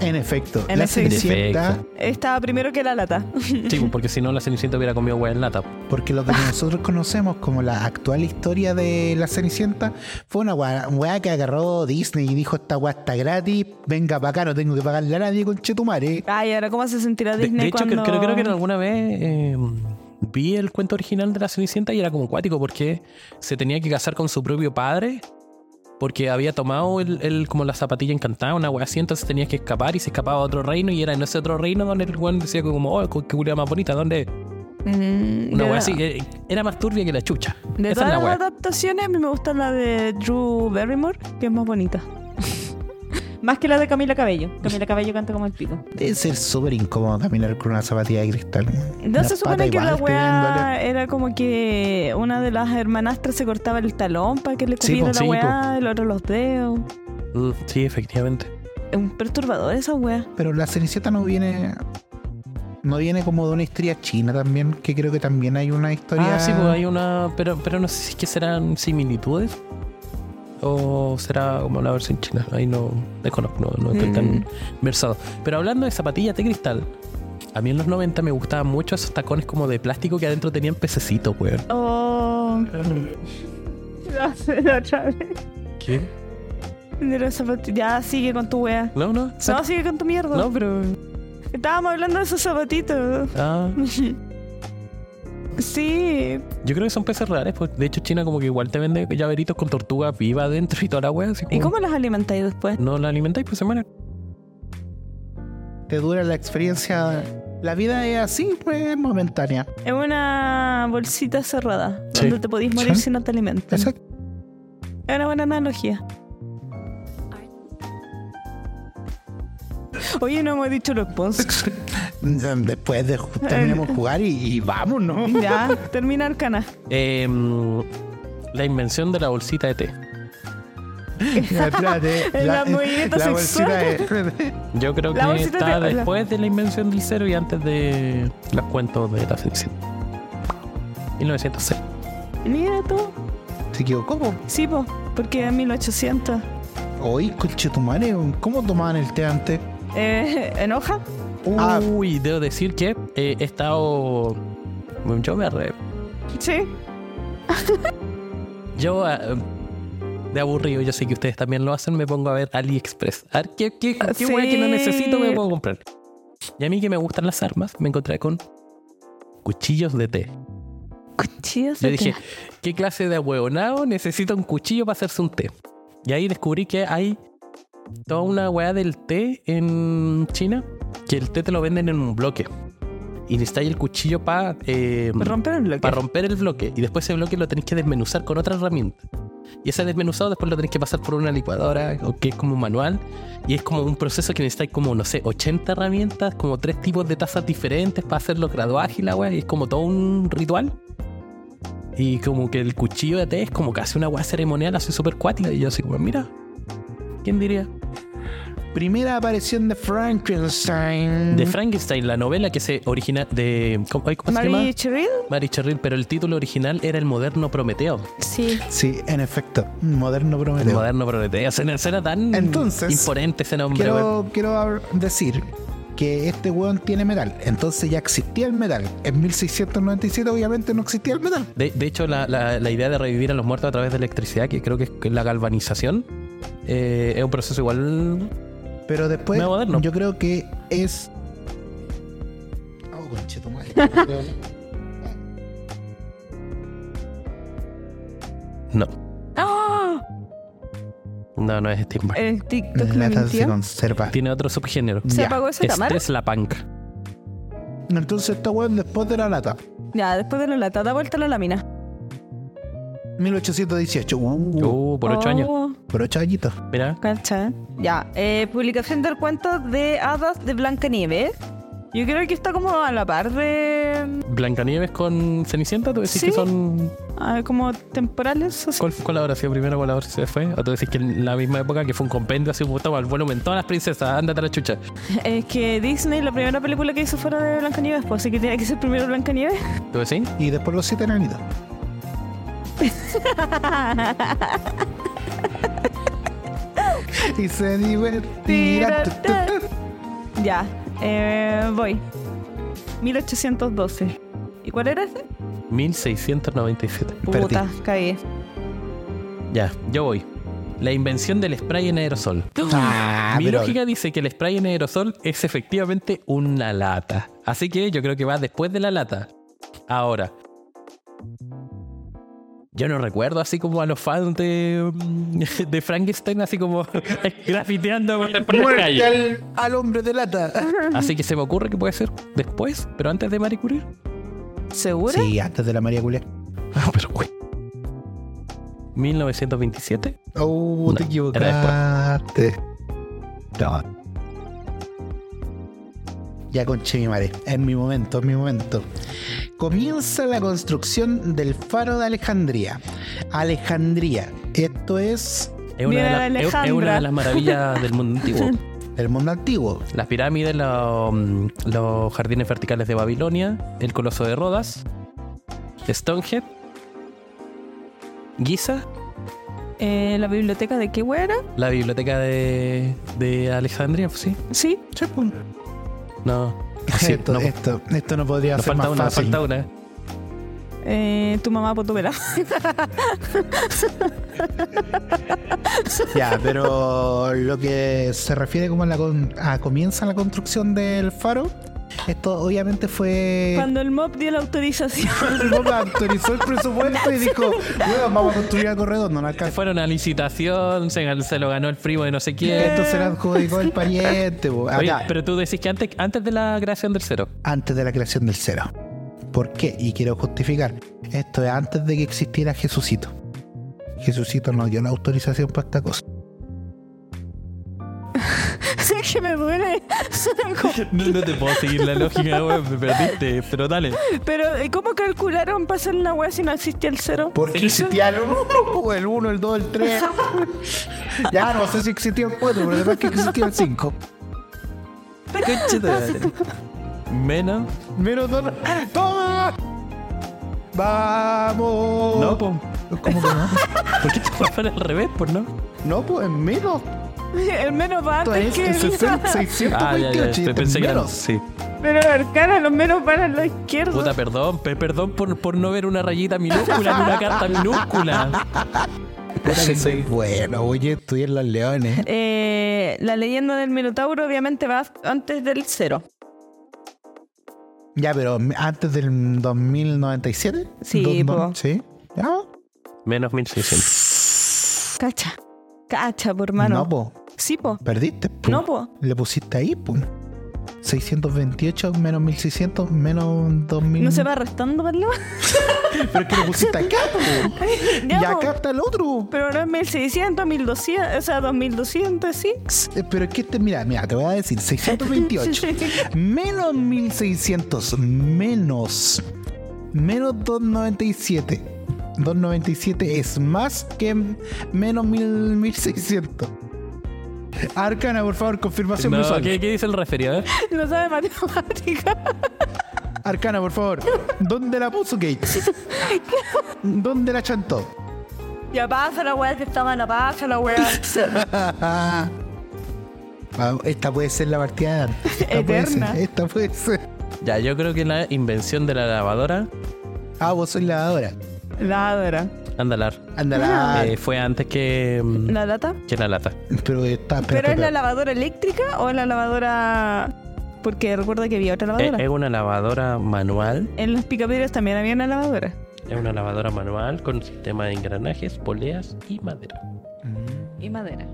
B: En efecto.
A: En
B: la
A: efecto.
B: Cenicienta,
C: Perfecto.
A: Estaba primero que la
C: [LAUGHS]
A: lata.
C: Sí, pues, porque si no, la Cenicienta hubiera comido hueá en lata.
B: porque lo que nosotros
A: [LAUGHS]
B: conocemos como la actual historia de la Cenicienta, fue una weá weá que agarró Disney y dijo: Esta weá está gratis, venga para acá, no tengo que pagarle a nadie con Chetumare.
A: Ay, ahora cómo se sentirá
C: De,
A: Disney
C: de hecho, que-
A: cuando...
C: creo, creo que en alguna vez eh, vi el cuento original de la Cenicienta y era como cuático porque se tenía que casar con su propio padre porque había tomado el, el- como la zapatilla encantada, una wea así, entonces tenía que escapar y se escapaba a otro reino y era en ese otro reino donde el weón decía como, oh, qué culia más bonita, ¿dónde? es?".
A: Mm,
C: Una
A: de-
C: wea así, eh, era más turbia que la chucha.
A: De
C: Esa
A: todas
C: es la
A: las
C: wea.
A: adaptaciones, a mí me gusta la de Drew Barrymore, que es más bonita.
C: [LAUGHS]
A: más que la de Camila Cabello. Camila Cabello canta como el pico.
B: Debe ser súper incómodo caminar con una zapatilla de cristal.
A: No
B: La
A: se
B: pata
A: supone que la
B: igual
A: weá
B: tirándole.
A: era como que una de las hermanastras se cortaba el talón para que le
B: Sí,
A: cubriera
B: po,
A: la
C: sí, po.
A: weá, el otro los dedos.
C: Mm, sí, efectivamente.
A: es un perturbador esa wea.
B: Pero la Cenicienta no viene. No viene como de una historia china también, que creo que también hay una historia.
C: Ah, sí, pues hay
A: mm.
C: una. Pero, pero no sé si es que serán similitudes. O será como la versión china. Ahí no desconozco, no, no estoy tan
A: Mm.
C: versado. Pero hablando de zapatillas de cristal, a mí en los 90 me gustaban mucho esos tacones como de plástico que adentro tenían pececitos, weón.
A: Oh. Lo hace la otra vez.
C: ¿Qué?
A: De los zapatillas. Ya, sigue con tu wea.
C: No, no.
A: No, sigue con tu mierda.
C: No, pero.
A: Estábamos hablando de esos zapatitos.
C: Ah,
A: Sí.
C: yo creo que son peces reales, pues de hecho China como que igual te vende llaveritos con tortugas vivas adentro y toda la wea. Así
A: ¿Y
B: Uh.
C: como-
A: cómo las alimentáis después?
C: No la alimentáis pues, por semana.
B: Te dura la experiencia. La vida es así, pues es momentánea.
A: Es una bolsita cerrada.
C: Sí.
A: Donde te podéis morir
B: Sí.
A: si no te alimentas.
B: Exacto.
A: Es una buena analogía. Oye, no hemos dicho los
C: [LAUGHS]
A: sponsors.
B: Después de ju- terminemos de jugar y, y vamos, [LAUGHS] ¿no?
A: ya, termina Arcana.
C: Eh, la invención de la bolsita de té.
B: Espérate,
A: El movimiento
B: la
A: sexual.
B: bolsita de-
C: Yo creo
A: La
C: que
A: bolsita
C: está
A: de té, la-
C: después de la invención del cero y antes de los cuentos de la ficción. 1906.
A: Mira tú.
B: Se equivocó, po.
A: Sí, po, porque en 1800.
B: Oye, coche tu madre, ¿cómo tomaban el té antes?
A: Eh, ¿En hoja?
B: Ah.
C: Uy, debo decir que eh, he estado. Yo me arre.
A: Sí.
C: Yo. ah, de aburrido, yo sé que ustedes también lo hacen, me pongo a ver AliExpress. A ver, ¿qué, qué, qué
A: Sí.
C: wea que no necesito me puedo comprar? Y a mí que me gustan las armas, me encontré con cuchillos de té.
A: Cuchillos
C: Yo
A: de
C: dije,
A: té.
C: ¿qué clase de ahueonado necesita un cuchillo para hacerse un té? Y ahí descubrí que hay toda una hueá del té en China, que el té te lo venden en un bloque. Y necesitáis el cuchillo eh, para
A: Romper el bloque.
C: para romper el bloque. Y después ese bloque lo tenéis que desmenuzar con otra herramienta. Y ese desmenuzado después lo tenéis que pasar por una licuadora, o que es como un manual. Y es como un proceso que necesitáis como, no sé, 80 herramientas, como tres tipos de tazas diferentes para hacerlo graduaje y la weá. Y es como todo un ritual. Y como que el cuchillo de té es como casi una weá ceremonial así súper cuática. Y yo así como, mira, ¿quién diría?
B: Primera aparición de Frankenstein.
C: De Frankenstein, la novela que se origina de... ¿Cómo, ay, ¿cómo se llama?
A: Mary Cheryl.
C: Mary Cherrill, pero el título original era El Moderno Prometeo.
A: Sí.
B: sí, en efecto, moderno
C: El
B: prometeo.
C: moderno proleteo. Suena, suena tan
B: Entonces,
C: imponente ese nombre,
B: Quiero,
C: weón.
B: quiero hab- decir que este weón tiene metal, entonces ya existía el metal. En 1697 obviamente no existía el metal.
C: De, de hecho, la, la- la idea de revivir a los muertos a través de electricidad, que creo que es que la galvanización, eh, es un proceso igual.
B: Pero después
C: Más moderno.
B: yo creo que es... Oh, [LAUGHS] conchetumadre.
C: No,
A: ¡Ah!
C: no, no es Steampunk.
A: El TikTok me
B: Metal se
A: mintió.
B: conserva.
C: Tiene otro subgénero.
A: Eh. ¿Se
B: Ya.
A: apagó ese
C: Es
A: tamar?
C: Tesla Punk.
B: Entonces este weón después de la lata.
A: Ya, después de la lata, da vuelta la lámina.
B: 1818. Uh,
C: Uh, por ocho
A: Oh,
C: años.
B: Pero chavallitos.
C: Mira,
A: Cacha. Ya, eh, publicación del cuento de hadas de Blancanieves. Yo creo que está como a la par de.
C: Blancanieves con Cenicienta, tú decís
A: Sí.
C: que son.
A: ah, como temporales. así.
C: ¿Cuál fue colaboración? Primero colaboración se fue. O tú decís que en la misma época que fue un compendio así como toma el volumen, todas las princesas, ándate a la chucha.
A: Es que Disney, la primera película que hizo fuera de Blancanieves, pues así que tiene que ser primero Blancanieves. [LAUGHS]
C: ¿Tú decís?
B: Y después los siete enanitos. y se divertirán.
A: Ya, eh, voy. 1812. ¿Y cuál era ese?
C: 1697.
B: Perdí.
A: Puta, caí.
C: Ya, yo voy. La invención del spray en aerosol.
B: Ah,
C: Mi
B: pero-
C: lógica dice que el spray en aerosol es efectivamente una lata. Así que yo creo que va después de la lata. Ahora. Yo no recuerdo así como a los fans de, mm, [LAUGHS] de Frankenstein, así como [LAUGHS] grafiteando por por la
B: Muerte
C: calle.
B: al, al hombre de lata.
C: Así que se me ocurre que puede ser después, pero antes de Marie Curie.
A: ¿Seguro?
B: Sí, antes de la María Culé.
C: Ah, pero güey. 1927.
B: Oh,
C: No,
B: te
C: era
B: equivocaste. No. Ya conché mi madre. Es mi momento, es mi momento. Comienza la construcción del faro de Alejandría. Alejandría. Esto es
C: Es una,
A: Bien,
C: de la- es- es una
A: Alejandra.
C: de las maravillas del mundo antiguo.
B: El mundo antiguo.
C: Las pirámides, lo- los jardines verticales de Babilonia, el Coloso de Rodas, Stonehenge, Giza,
A: Eh, ¿La biblioteca de qué hueá era?
C: la biblioteca de, de Alejandría, pues sí.
A: Sí.
B: pues.
C: No, sí,
B: esto,
C: no, pues,
B: esto, esto no podría
C: nos
B: ser
C: falta
B: más
C: una, nos
B: fácil.
C: falta una.
A: Eh, tu mamá potopera.
B: Ya, pero lo que se refiere como a, la con- a comienza la construcción del faro, esto obviamente fue...
A: Cuando el MOB dio la autorización. [LAUGHS]
B: [LAUGHS] el Boca autorizó el presupuesto y dijo, bueno, vamos a construir algo redondo, no
C: Se
B: alcanza.
C: fueron a licitación, se, gan- se lo ganó el primo de no sé quién.
B: Esto se lo adjudicó
C: [LAUGHS]
B: el pariente, po.
C: Oye,
B: Acá,
C: pero tú decís que antes, antes de la creación del cero.
B: antes de la creación del cero. ¿Por qué? Y quiero justificar. Esto es antes de que existiera Jesucito. Jesucito nos dio la autorización para esta cosa.
A: sé que me [LAUGHS] duele.
C: No, te puedo seguir la [LAUGHS] lógica, weón, me perdiste, pero dale.
A: Pero, eh, ¿cómo calcularon para hacer la hueá si no existía el cero? [LAUGHS]
B: Porque existía el 1, el 1, el 2, el
C: [LAUGHS]
B: 3. ya no sé si existía el 4, pero después que existía el 5.
C: Menos.
B: Menos dos. ¡Toma! ¡Vamos!
C: No, po.
B: ¿Cómo que
C: [LAUGHS]
B: no?
C: ¿Por Oh. qué te fue para al revés, por no?
B: No, pues en menos.
A: El menos va
B: Esto
A: antes
B: es
A: que el... [LAUGHS]
B: 60,
C: Ah, ya,
B: 628 y
C: ya, te
B: este
C: pensé que era.
B: menos.
C: Sí.
A: Pero Arcana, los menos van a la izquierda.
C: Puta, perdón, pe- perdón por, por no ver una rayita minúscula en una
A: [LAUGHS]
C: carta minúscula.
B: Puta que soy bueno, oye, estudié en los leones.
A: Eh, la leyenda del Minotauro obviamente va antes del cero.
B: Ya, pero antes del 2097.
A: Sí,
B: Do- do-
A: po.
B: Sí. Ya.
C: Menos 1600.
A: Cacha. Cacha, por mano.
B: No, po.
A: Sí, po.
B: Perdiste. po.
A: No, po.
B: Le pusiste ahí, po. 628 menos 1600 menos 2000.
A: ¿No se va restando, Pablo?
B: [LAUGHS] Pero es que lo pusiste acá, po.
A: [LAUGHS] Ya,
B: y
A: po.
B: acá está el otro.
A: Pero no es 1600, 1200, o sea, 2200, sí.
B: Eh, Pero es que este, mira, mira, te voy a decir, 628 menos 1600 menos menos 297. 297 es más que menos 1000 1600. Arcana, por favor, confirmación
C: No,
B: visual.
C: ¿qué, qué dice el referido? eh?
A: [LAUGHS] No sabe matemática.
B: Arcana, por favor, ¿dónde la puso Gates? ¿Dónde la chantó?
A: Ya pasa la weá que estaba en la pasa la [LAUGHS] weá.
B: Ah, esta puede ser la partida de antes. Esta puede ser,
A: Eterna.
B: esta puede ser.
C: Ya, yo creo que la invención de la lavadora,
B: Ah, vos sois lavadora.
A: Ladra.
C: andalar,
A: Ah.
B: Andala.
C: eh, fue antes que, mm,
A: ¿La lata?
C: que la lata. Eh,
B: Pero está,
A: ¿Pero
B: espera,
A: es la
B: espera.
A: lavadora eléctrica o es la lavadora...? Porque recuerda que había otra
C: Eh,
A: lavadora.
C: Es una lavadora manual.
A: En los picapiedras también había una lavadora.
C: Es una lavadora manual con sistema de engranajes, poleas y madera.
A: Y madera.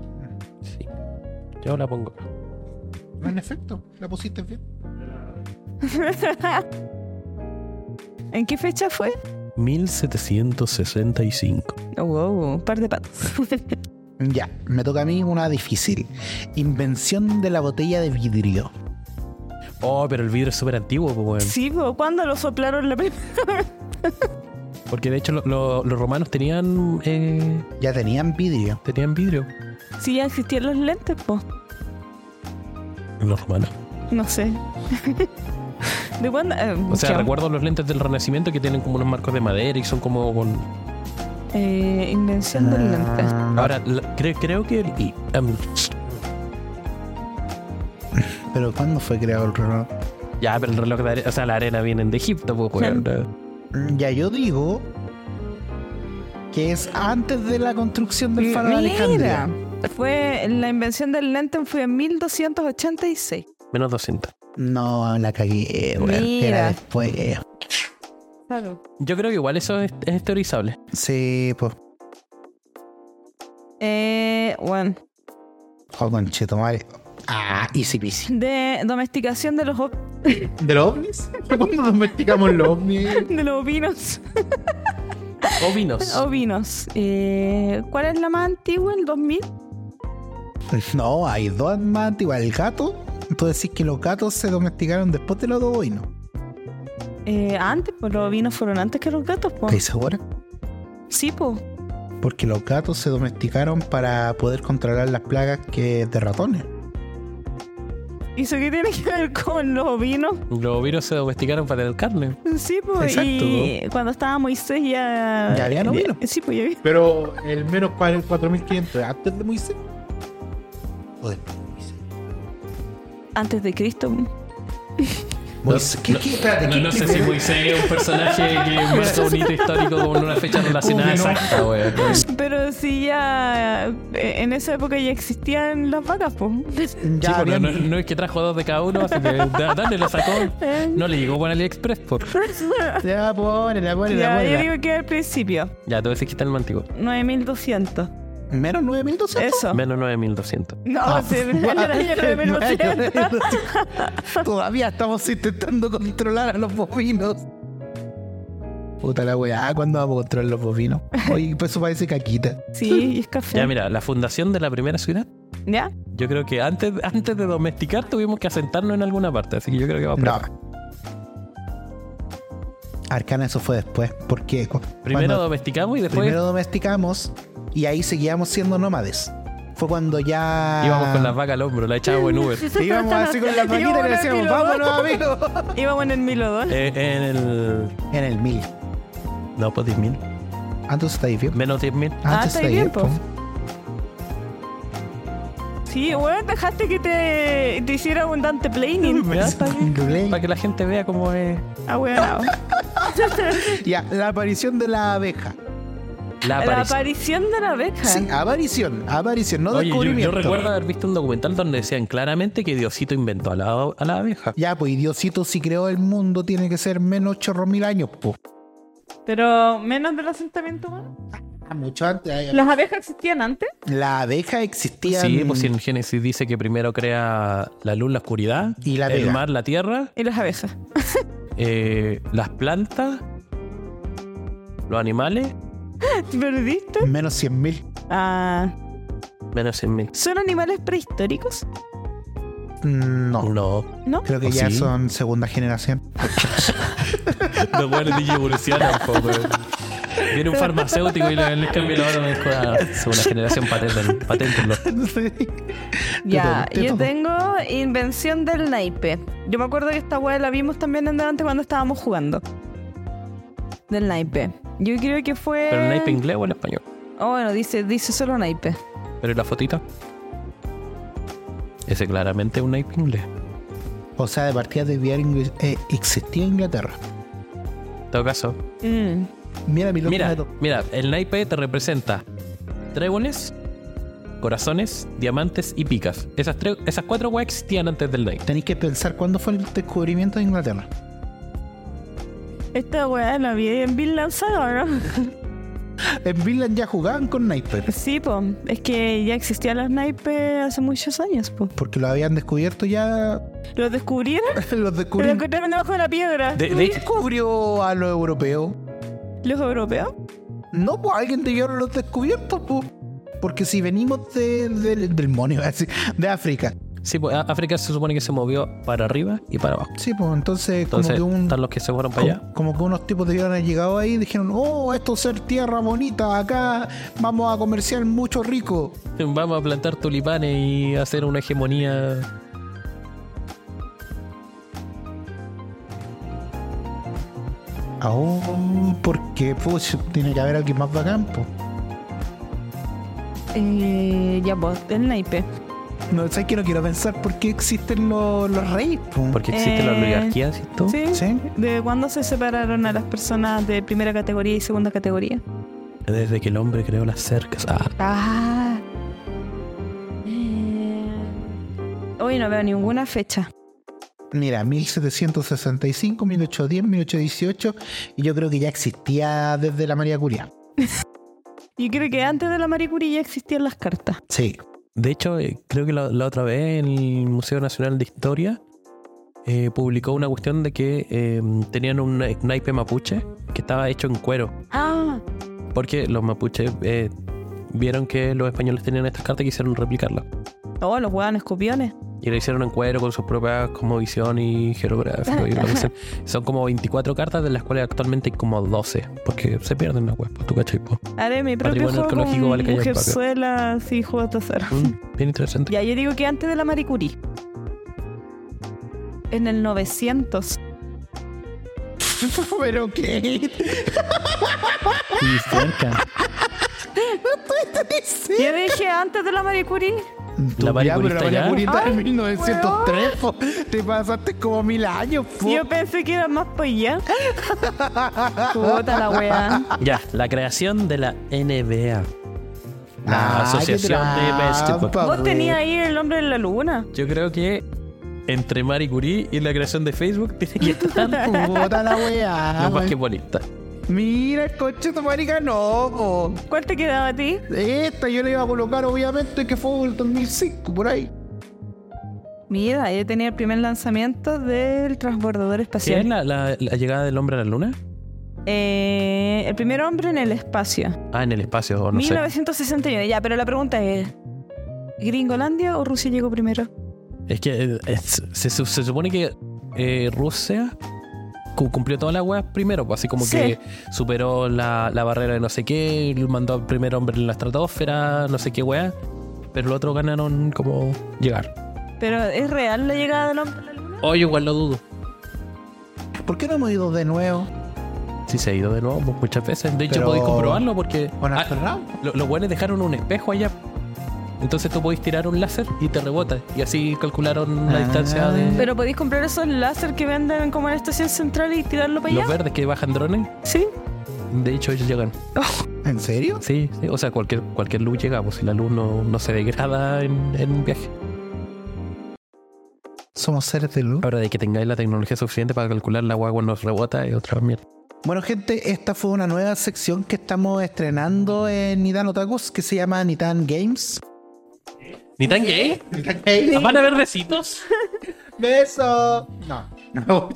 C: Sí. Yo la pongo.
B: En efecto, la pusiste bien.
A: ¿En qué fecha fue?
C: 1765.
A: Oh, wow, un par de patas.
B: Ya, me toca a mí una difícil. Invención de la botella de vidrio.
C: Oh, pero el vidrio es súper antiguo, pues,
A: [LAUGHS]
C: weón.
A: sí, po, ¿cuándo lo soplaron la primera? [LAUGHS]
C: Porque de hecho lo- lo- los romanos tenían eh,
B: Ya tenían vidrio.
C: tenían vidrio.
A: Sí, ya existían los lentes, po.
C: Los romanos.
A: No sé. [LAUGHS] ¿De cuándo? Eh,
C: O sea,
A: ya.
C: recuerdo los lentes del Renacimiento que tienen como unos marcos de madera y son como con...
A: Eh, invención
C: Ah.
A: del lente.
C: Ahora, la- creo, creo que... el- y, em,
B: Pero ¿cuándo fue creado el reloj?
C: ya, pero el reloj de arena... O sea, la arena vienen de Egipto, pues, weón.
B: Ya yo digo que es antes de la construcción del faro de Alejandría.
A: fue la invención del lente fue en 1286.
C: Menos 200.
B: No, la cagué, weón.
A: Mira.
B: Era después.
A: Claro.
C: Yo creo que igual eso es, es teorizable.
B: Sí, pues.
A: Eh, bueno,
B: Oh, conchetumare. Ah, easy peasy.
A: de domesticación de los op-
B: ¿De los ovnis? [LAUGHS] ¿Cuándo domesticamos los ovnis?
A: de los ovinos. [LAUGHS]
C: Ovinos.
A: Ovinos. Eh, ¿Cuál es la más antigua? El 2000.
B: No, hay dos más antiguas. El gato, tú decís que los gatos se domesticaron después de los bovinos.
A: Eh, antes, pues los ovinos fueron antes que los gatos, po.
B: ¿Estáis seguros?
A: Sí, po.
B: Porque los gatos se domesticaron para poder controlar las plagas que de ratones.
A: ¿Y eso qué tiene que ver con los ovinos?
C: Los virus se domesticaron para tener carne.
A: Sí, pues. Y cuando estaba Moisés ya.
B: Ya habían ovinos.
A: Sí, pues ya había.
B: Pero el menos cua- 4500 antes de Moisés. O después de Moisés.
A: Antes de Cristo.
B: Moisés. ¿Qué,
C: no-
B: qué, espérate,
C: No,
B: ¿qué-
C: no
B: qué-
C: sé si Moisés es un personaje [LAUGHS] que marca un hito histórico con una fecha relacionada
B: ¿Cómo que no?
C: exacta, weón.
A: Pero si ya. eh, En esa época ya existían las vacas, pues.
B: Ya
C: Sí, pues,
B: habían-
C: no, no- no es que trajo dos de cada uno, así que da- dale, lo sacó. No le llegó con AliExpress, por.
B: Ya, ponela, ponela,
A: Ya, yo
B: ponela.
A: digo que al principio.
C: Ya, tú decís que está en el antiguo.
A: 9200.
B: Menos 9200.
A: Eso.
C: Menos 9200.
A: No,
B: Ah,
A: oh,
B: [LAUGHS]
A: sí, en
B: bueno,
A: el año 9200.
B: 9200. [LAUGHS] Todavía estamos intentando controlar a los bovinos. Puta la weá, ¿cuándo vamos a controlar los bovinos? Oye, pues eso parece caquita.
A: Sí, y es café.
C: Ya, mira, la fundación de la primera ciudad.
A: ¿Ya?
C: Yo creo que antes, antes de domesticar tuvimos que asentarnos en alguna parte, así que yo creo que va por
B: No.
C: acá.
B: Arcana, eso fue después. Porque cu-
C: Primero
B: cuando
C: domesticamos y después
B: primero domesticamos y ahí seguíamos siendo nómades. Fue cuando ya.
C: íbamos con las vacas al hombro, la echábamos en
B: [LAUGHS]
C: Uber.
B: Íbamos así con las vaquitas y
A: Íbamos
B: le
A: en el
B: decíamos,
A: piloto.
B: vámonos, amigos.
A: Íbamos en el Milodón.
C: Eh, en el.
B: En el mil.
C: No, pues 10.000.
B: Antes estáis bien.
C: Menos 10.000.
A: Ah,
B: Antes
A: está
B: estáis
A: bien,
B: bien,
A: po. Sí, weón, dejaste que te, te hiciera un Dante
B: [LAUGHS]
A: Planing.
C: Ya, está bien.
B: Gley.
C: Para que la gente vea cómo es
A: Ah,
B: [LAUGHS]
A: weón.
B: Ya, la aparición de la abeja.
C: la
A: La
C: aparición.
A: aparición de la abeja.
B: Sí, aparición, aparición, no
C: Oye, yo- yo,
B: descubrimiento.
C: recuerdo haber visto un documental donde decían claramente que Diosito inventó a la, a la abeja.
B: Ya, pues, y Diosito, si creó el mundo, tiene que ser menos chorro mil años, po.
A: Pero menos del asentamiento humano.
B: Ah, Mucho antes. ay,
A: ¿Las abejas existían antes?
B: La abeja existía.
C: Sí,
B: en-
C: pues si en Génesis dice que primero crea la luz, la oscuridad,
B: Y la
C: el
B: pega.
C: mar, la tierra,
A: Y las abejas.
C: eh, las plantas, los animales,
A: ¿Te [LAUGHS] perdiste?
B: Menos 100 mil.
A: Ah,
C: menos en mil.
A: ¿Son animales prehistóricos?
B: No.
C: No,
A: ¿No?
B: Creo que
C: ¿O
B: ya
C: Oh, sí?
B: son segunda
C: [LAUGHS]
B: generación.
C: no bueno, DJ evoluciona un poco. Viene un farmacéutico y le, le cambia la hora de una generación patente, paténtenlo.
A: Ya,
B: Te tomo, te
A: yo
B: tomo.
A: tengo invención del naipe. Yo me acuerdo que esta weá la vimos también en delante cuando estábamos jugando. Del naipe. Yo creo que fue.
C: ¿Pero el naipe inglés o el español?
A: Oh, bueno, dice, dice solo naipe.
C: ¿Pero y la fotita? Ese claramente es un naipe inglés.
B: O sea, de partida de diario ingles- eh, existía en Inglaterra.
C: En todo caso,
A: Mm,
B: Mira mi loco
C: Mira,
B: de to-
C: mira, el naipe te representa tréboles, corazones, diamantes y picas. Esas, tre- esas cuatro weas existían antes del naipe.
B: Tenéis que pensar cuándo fue el descubrimiento de Inglaterra.
A: Esta weá la vi en Bill Lanzado, ¿no? [LAUGHS]
B: En Vinland ya jugaban con naipes.
A: Sí, po. Es que ya existían los naipes hace muchos años, po.
B: Porque lo habían descubierto ya. [LAUGHS]
A: ¿Los descubrieron?
B: Los
A: ¿Los
B: descubrieron.
A: encontraron debajo de la piedra?
C: De-
B: ¿Quién
C: de-
B: descubrió a los europeos?
A: ¿Los europeos?
B: No, pues alguien debió haberlos descubierto, pues. Porque si venimos de- del, del mono, [LAUGHS] iba a decir, de África.
C: sí, pues, Á- África se supone que se movió para arriba y para abajo.
B: Sí, pues entonces,
C: Entonces,
B: como que un.
C: están los que se fueron para allá.
B: Como, como que unos tipos debieron haber llegado ahí y dijeron, oh, esto es ser tierra bonita, acá vamos a comerciar mucho rico.
C: [LAUGHS] Vamos a plantar tulipanes y hacer una hegemonía.
B: Aún porque pues, tiene que haber alguien más bacán, pues.
A: Eh, ya, po. El naipe.
B: No sé que no quiero pensar por qué existen los, los reyes, pues.
C: Porque existe la
A: Eh,
C: oligarquía, ¿sí tú?
A: ¿Sí?
B: ¿Sí?
A: ¿De cuándo se separaron a las personas de primera categoría y segunda categoría?
C: Desde que el hombre creó las cercas. Ah,
A: Ah. Eh, Hoy no veo ninguna fecha.
B: Mira, 1765, 1810, 1818, y yo creo que ya existía desde la María Curia.
A: Yo creo que antes de la Marie Curie ya existían las cartas. [LAUGHS]
B: Sí.
C: De hecho, eh, creo que la, la otra vez en el Museo Nacional de Historia eh, publicó una cuestión de que eh, tenían un na- naipe mapuche que estaba hecho en cuero.
A: Ah,
C: Porque los mapuches eh, vieron que los españoles tenían estas cartas y quisieron replicarlas.
A: oh, los huevones copiones.
C: Y lo hicieron en cuero con sus propias como visión y jeroglífico. y la cuestión. Son como 24 cartas de las cuales actualmente hay como 12. Porque se pierden las web, tú cachai. po.
A: Haré mi propio
C: Patrimonio
A: juego
C: arqueológico
A: con
C: vale callar paca.
A: mujerzuelas y juegos de azar.
C: Mm, bien interesante.
A: Ya, yo digo que antes de la Marie Curie. en el 900.
B: Pero qué.
E: Y cerca.
A: Yo dije antes de la Marie Curie.
C: La Marie
B: ya,
C: Curie
B: pero la
C: está
B: María
C: allá.
B: Curita
A: Ay,
B: en 1903. po. Te pasaste como mil años, po.
A: Yo pensé que era más para allá. Puta la weá.
E: Ya.
C: La creación de la NBA. La
B: Ah,
C: Asociación
B: qué
C: de Basketball.
B: trampa, pues.
A: Vos
B: po.
A: tenías ahí el hombre de la luna.
C: Yo creo que entre Marie Curie y la creación de Facebook tiene que
B: Ah,
C: estar
A: [LAUGHS]
B: Puta la weá.
C: los basquetbolistas.
B: Mira el coche tu marica, no, po.
A: ¿Cuál te quedaba a ti?
B: Esta yo la iba a colocar, obviamente, que fue el 2005, por ahí.
A: Mira, yo tenía el primer lanzamiento del transbordador
C: ¿Sí es
A: espacial.
C: la, la- la llegada del hombre a la luna?
A: Eh, el primer hombre en el espacio.
C: Ah, en el espacio, o no sé.
A: 1969. Ya, pero la pregunta es: ¿Gringolandia o Rusia llegó primero?
C: Es que eh, es- se, se- se supone que eh, Rusia cu- cumplió todas las weas primero, pues, así como
A: Sí.
C: que superó la, la barrera de no sé qué, mandó al primer hombre en la estratosfera, no sé qué wea, pero los otros ganaron como llegar.
A: Pero ¿es real la llegada del hombre a la luna?
C: Hoy igual lo dudo.
B: ¿Por qué no hemos ido de nuevo?
C: Sí, se ha ido de nuevo pues, muchas veces. De hecho,
B: Pero-
C: podéis comprobarlo porque
B: Con
C: ah,
B: Astronauta.
C: lo- los weones dejaron un espejo allá. Entonces tú podéis tirar un láser y te rebota. Y así calcularon la
B: Ah.
C: distancia de
A: Pero podéis comprar esos láser que venden como en la estación central y tirarlo para
C: los
A: allá.
C: verdes que bajan drones.
A: Sí.
C: De hecho, ellos llegan.
B: ¿En serio?
C: Sí, sí, o sea, cualquier, cualquier luz llega, pues si la luz no, no se degrada en, en un viaje.
B: Somos seres de luz.
C: Ahora de que tengáis la tecnología suficiente para calcular la agua cuando rebota es otra mierda.
B: Bueno, gente, esta fue una nueva sección que estamos estrenando en Nitan Otakus que se llama Nitan Games.
C: ¿Ni tan gay? ¿Van a ver besitos?
B: ¡Beso! No. no.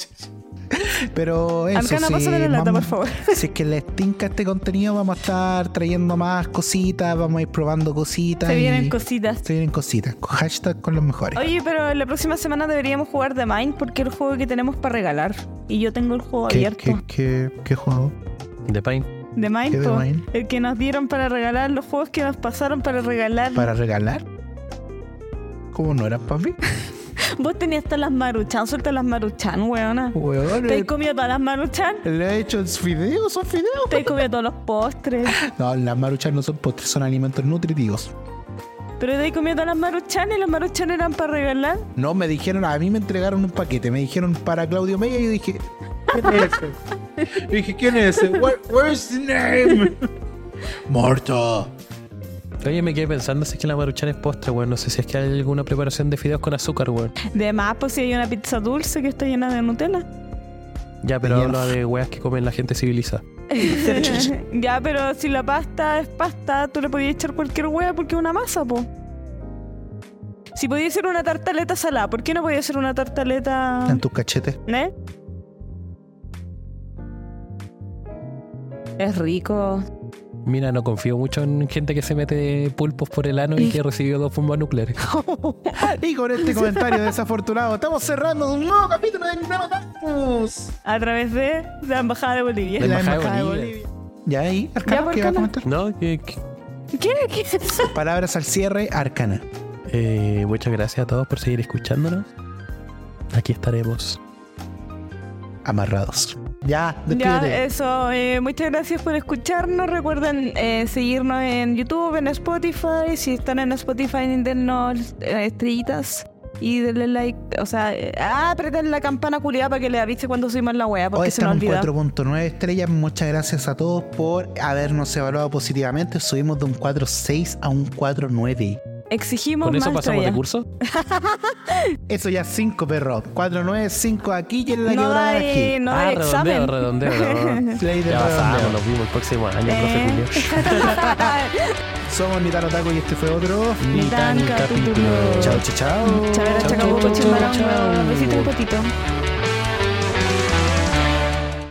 B: Pero eso
A: Arcana,
B: sí,
A: pásame la lata,
B: vamos-
A: por favor.
B: [LAUGHS] Si es que les tinca este contenido, vamos a estar trayendo más cositas, vamos a ir probando cositas.
A: Se
B: y-
A: vienen cositas.
B: Se vienen cositas. con Hashtag con los mejores.
A: Oye, pero la próxima semana deberíamos jugar The Mind porque es el juego que tenemos para regalar. Y yo tengo el juego
B: ¿Qué,
A: abierto.
B: qué, qué, qué juego?
C: De Pain.
A: The
B: ¿Qué
A: Mind,
B: The
A: po.
B: Mind?
A: el que nos dieron para regalar, los juegos que nos pasaron para regalar.
B: ¿Para regalar? ¿Cómo no era para mí?
A: Vos tenías todas las maruchan, suelta las maruchan, weona.
B: Weón,
A: Te he
B: eh,
A: comido todas las maruchan,
B: le he hecho videos, son videos.
A: te he comido todos los postres.
B: No, las maruchas no son postres, son alimentos nutritivos.
A: Pero te he comido todas las maruchan y las maruchan eran para regalar.
B: No, me dijeron, a mí me entregaron un paquete, me dijeron para Claudio Mella y yo dije, ¿quién es ese? Y dije, ¿quién es ese? Where- where's the name? Muerto.
C: Oye, me quedé pensando si es que la maruchan es postre, weón. No sé si es que hay alguna preparación de fideos con azúcar, weón.
A: De más, pues si hay una pizza dulce que está llena de Nutella.
C: Ya, pero
B: Ya.
C: habla de weas que comen la gente civilizada.
A: [LAUGHS] ya, pero si la pasta es pasta, tú le podías echar cualquier hueá porque es una masa, po. Si podía ser una tartaleta salada, ¿por qué no podía ser una tartaleta...
B: En tus cachetes.
A: ¿Eh? Es rico.
C: Mira, no confío mucho en gente que se mete pulpos por el ano y que recibió dos bombas
B: [LAUGHS]
C: nucleares.
B: Y con este comentario desafortunado, estamos cerrando un nuevo capítulo de Nintendo Tacos.
A: a través de la Embajada de Bolivia.
C: La
B: La
C: Embajada de
B: embajada de
C: Bolivia.
B: Bolivia. Ya ahí,
A: Ya,
B: Arcana,
A: por
B: ¿qué va a
A: Arcana.
B: comentar?
C: No, que- que-
A: ¿Qué? ¿Qué es eso?
B: Palabras al cierre, Arcana.
C: eh, muchas gracias a todos por seguir escuchándonos. Aquí estaremos.
B: Amarrados. Ya,
A: Ya,
B: despídete.
A: eso. eh, muchas gracias por escucharnos. Recuerden eh, seguirnos en YouTube, en Spotify. Si están en Spotify, dennos eh, estrellitas. Y denle like, o sea, eh, ah, apreten la campana culiada para que le avise cuando subimos la wea,
B: Hoy
A: porque se nos
B: estamos en
A: olvida.
B: 4.9 estrellas. Muchas gracias a todos por habernos evaluado positivamente. Subimos de un 4.6 a un 4.9.
A: Exigimos
C: Con eso
A: más
C: pasamos de
A: estrellas.
C: curso.
B: Eso ya es 5, perro. 4.9, 5 aquí y en la
A: No
B: quebrada de
A: hay,
B: aquí.
A: no
C: ah,
A: hay
C: redondeo,
A: examen.
C: redondeo,
A: [LAUGHS]
C: redondeo.
B: Ley de
C: ya pasamos,
B: redondeo.
C: nos vimos el próximo año,
A: Eh.
C: profe Julio.
B: Somos Nitano Taco y este fue otro.
A: Ni tan capítulo.
B: Chao, chao, chao.
A: Chavera, chacabuco, chimbaronga. Besito y potito.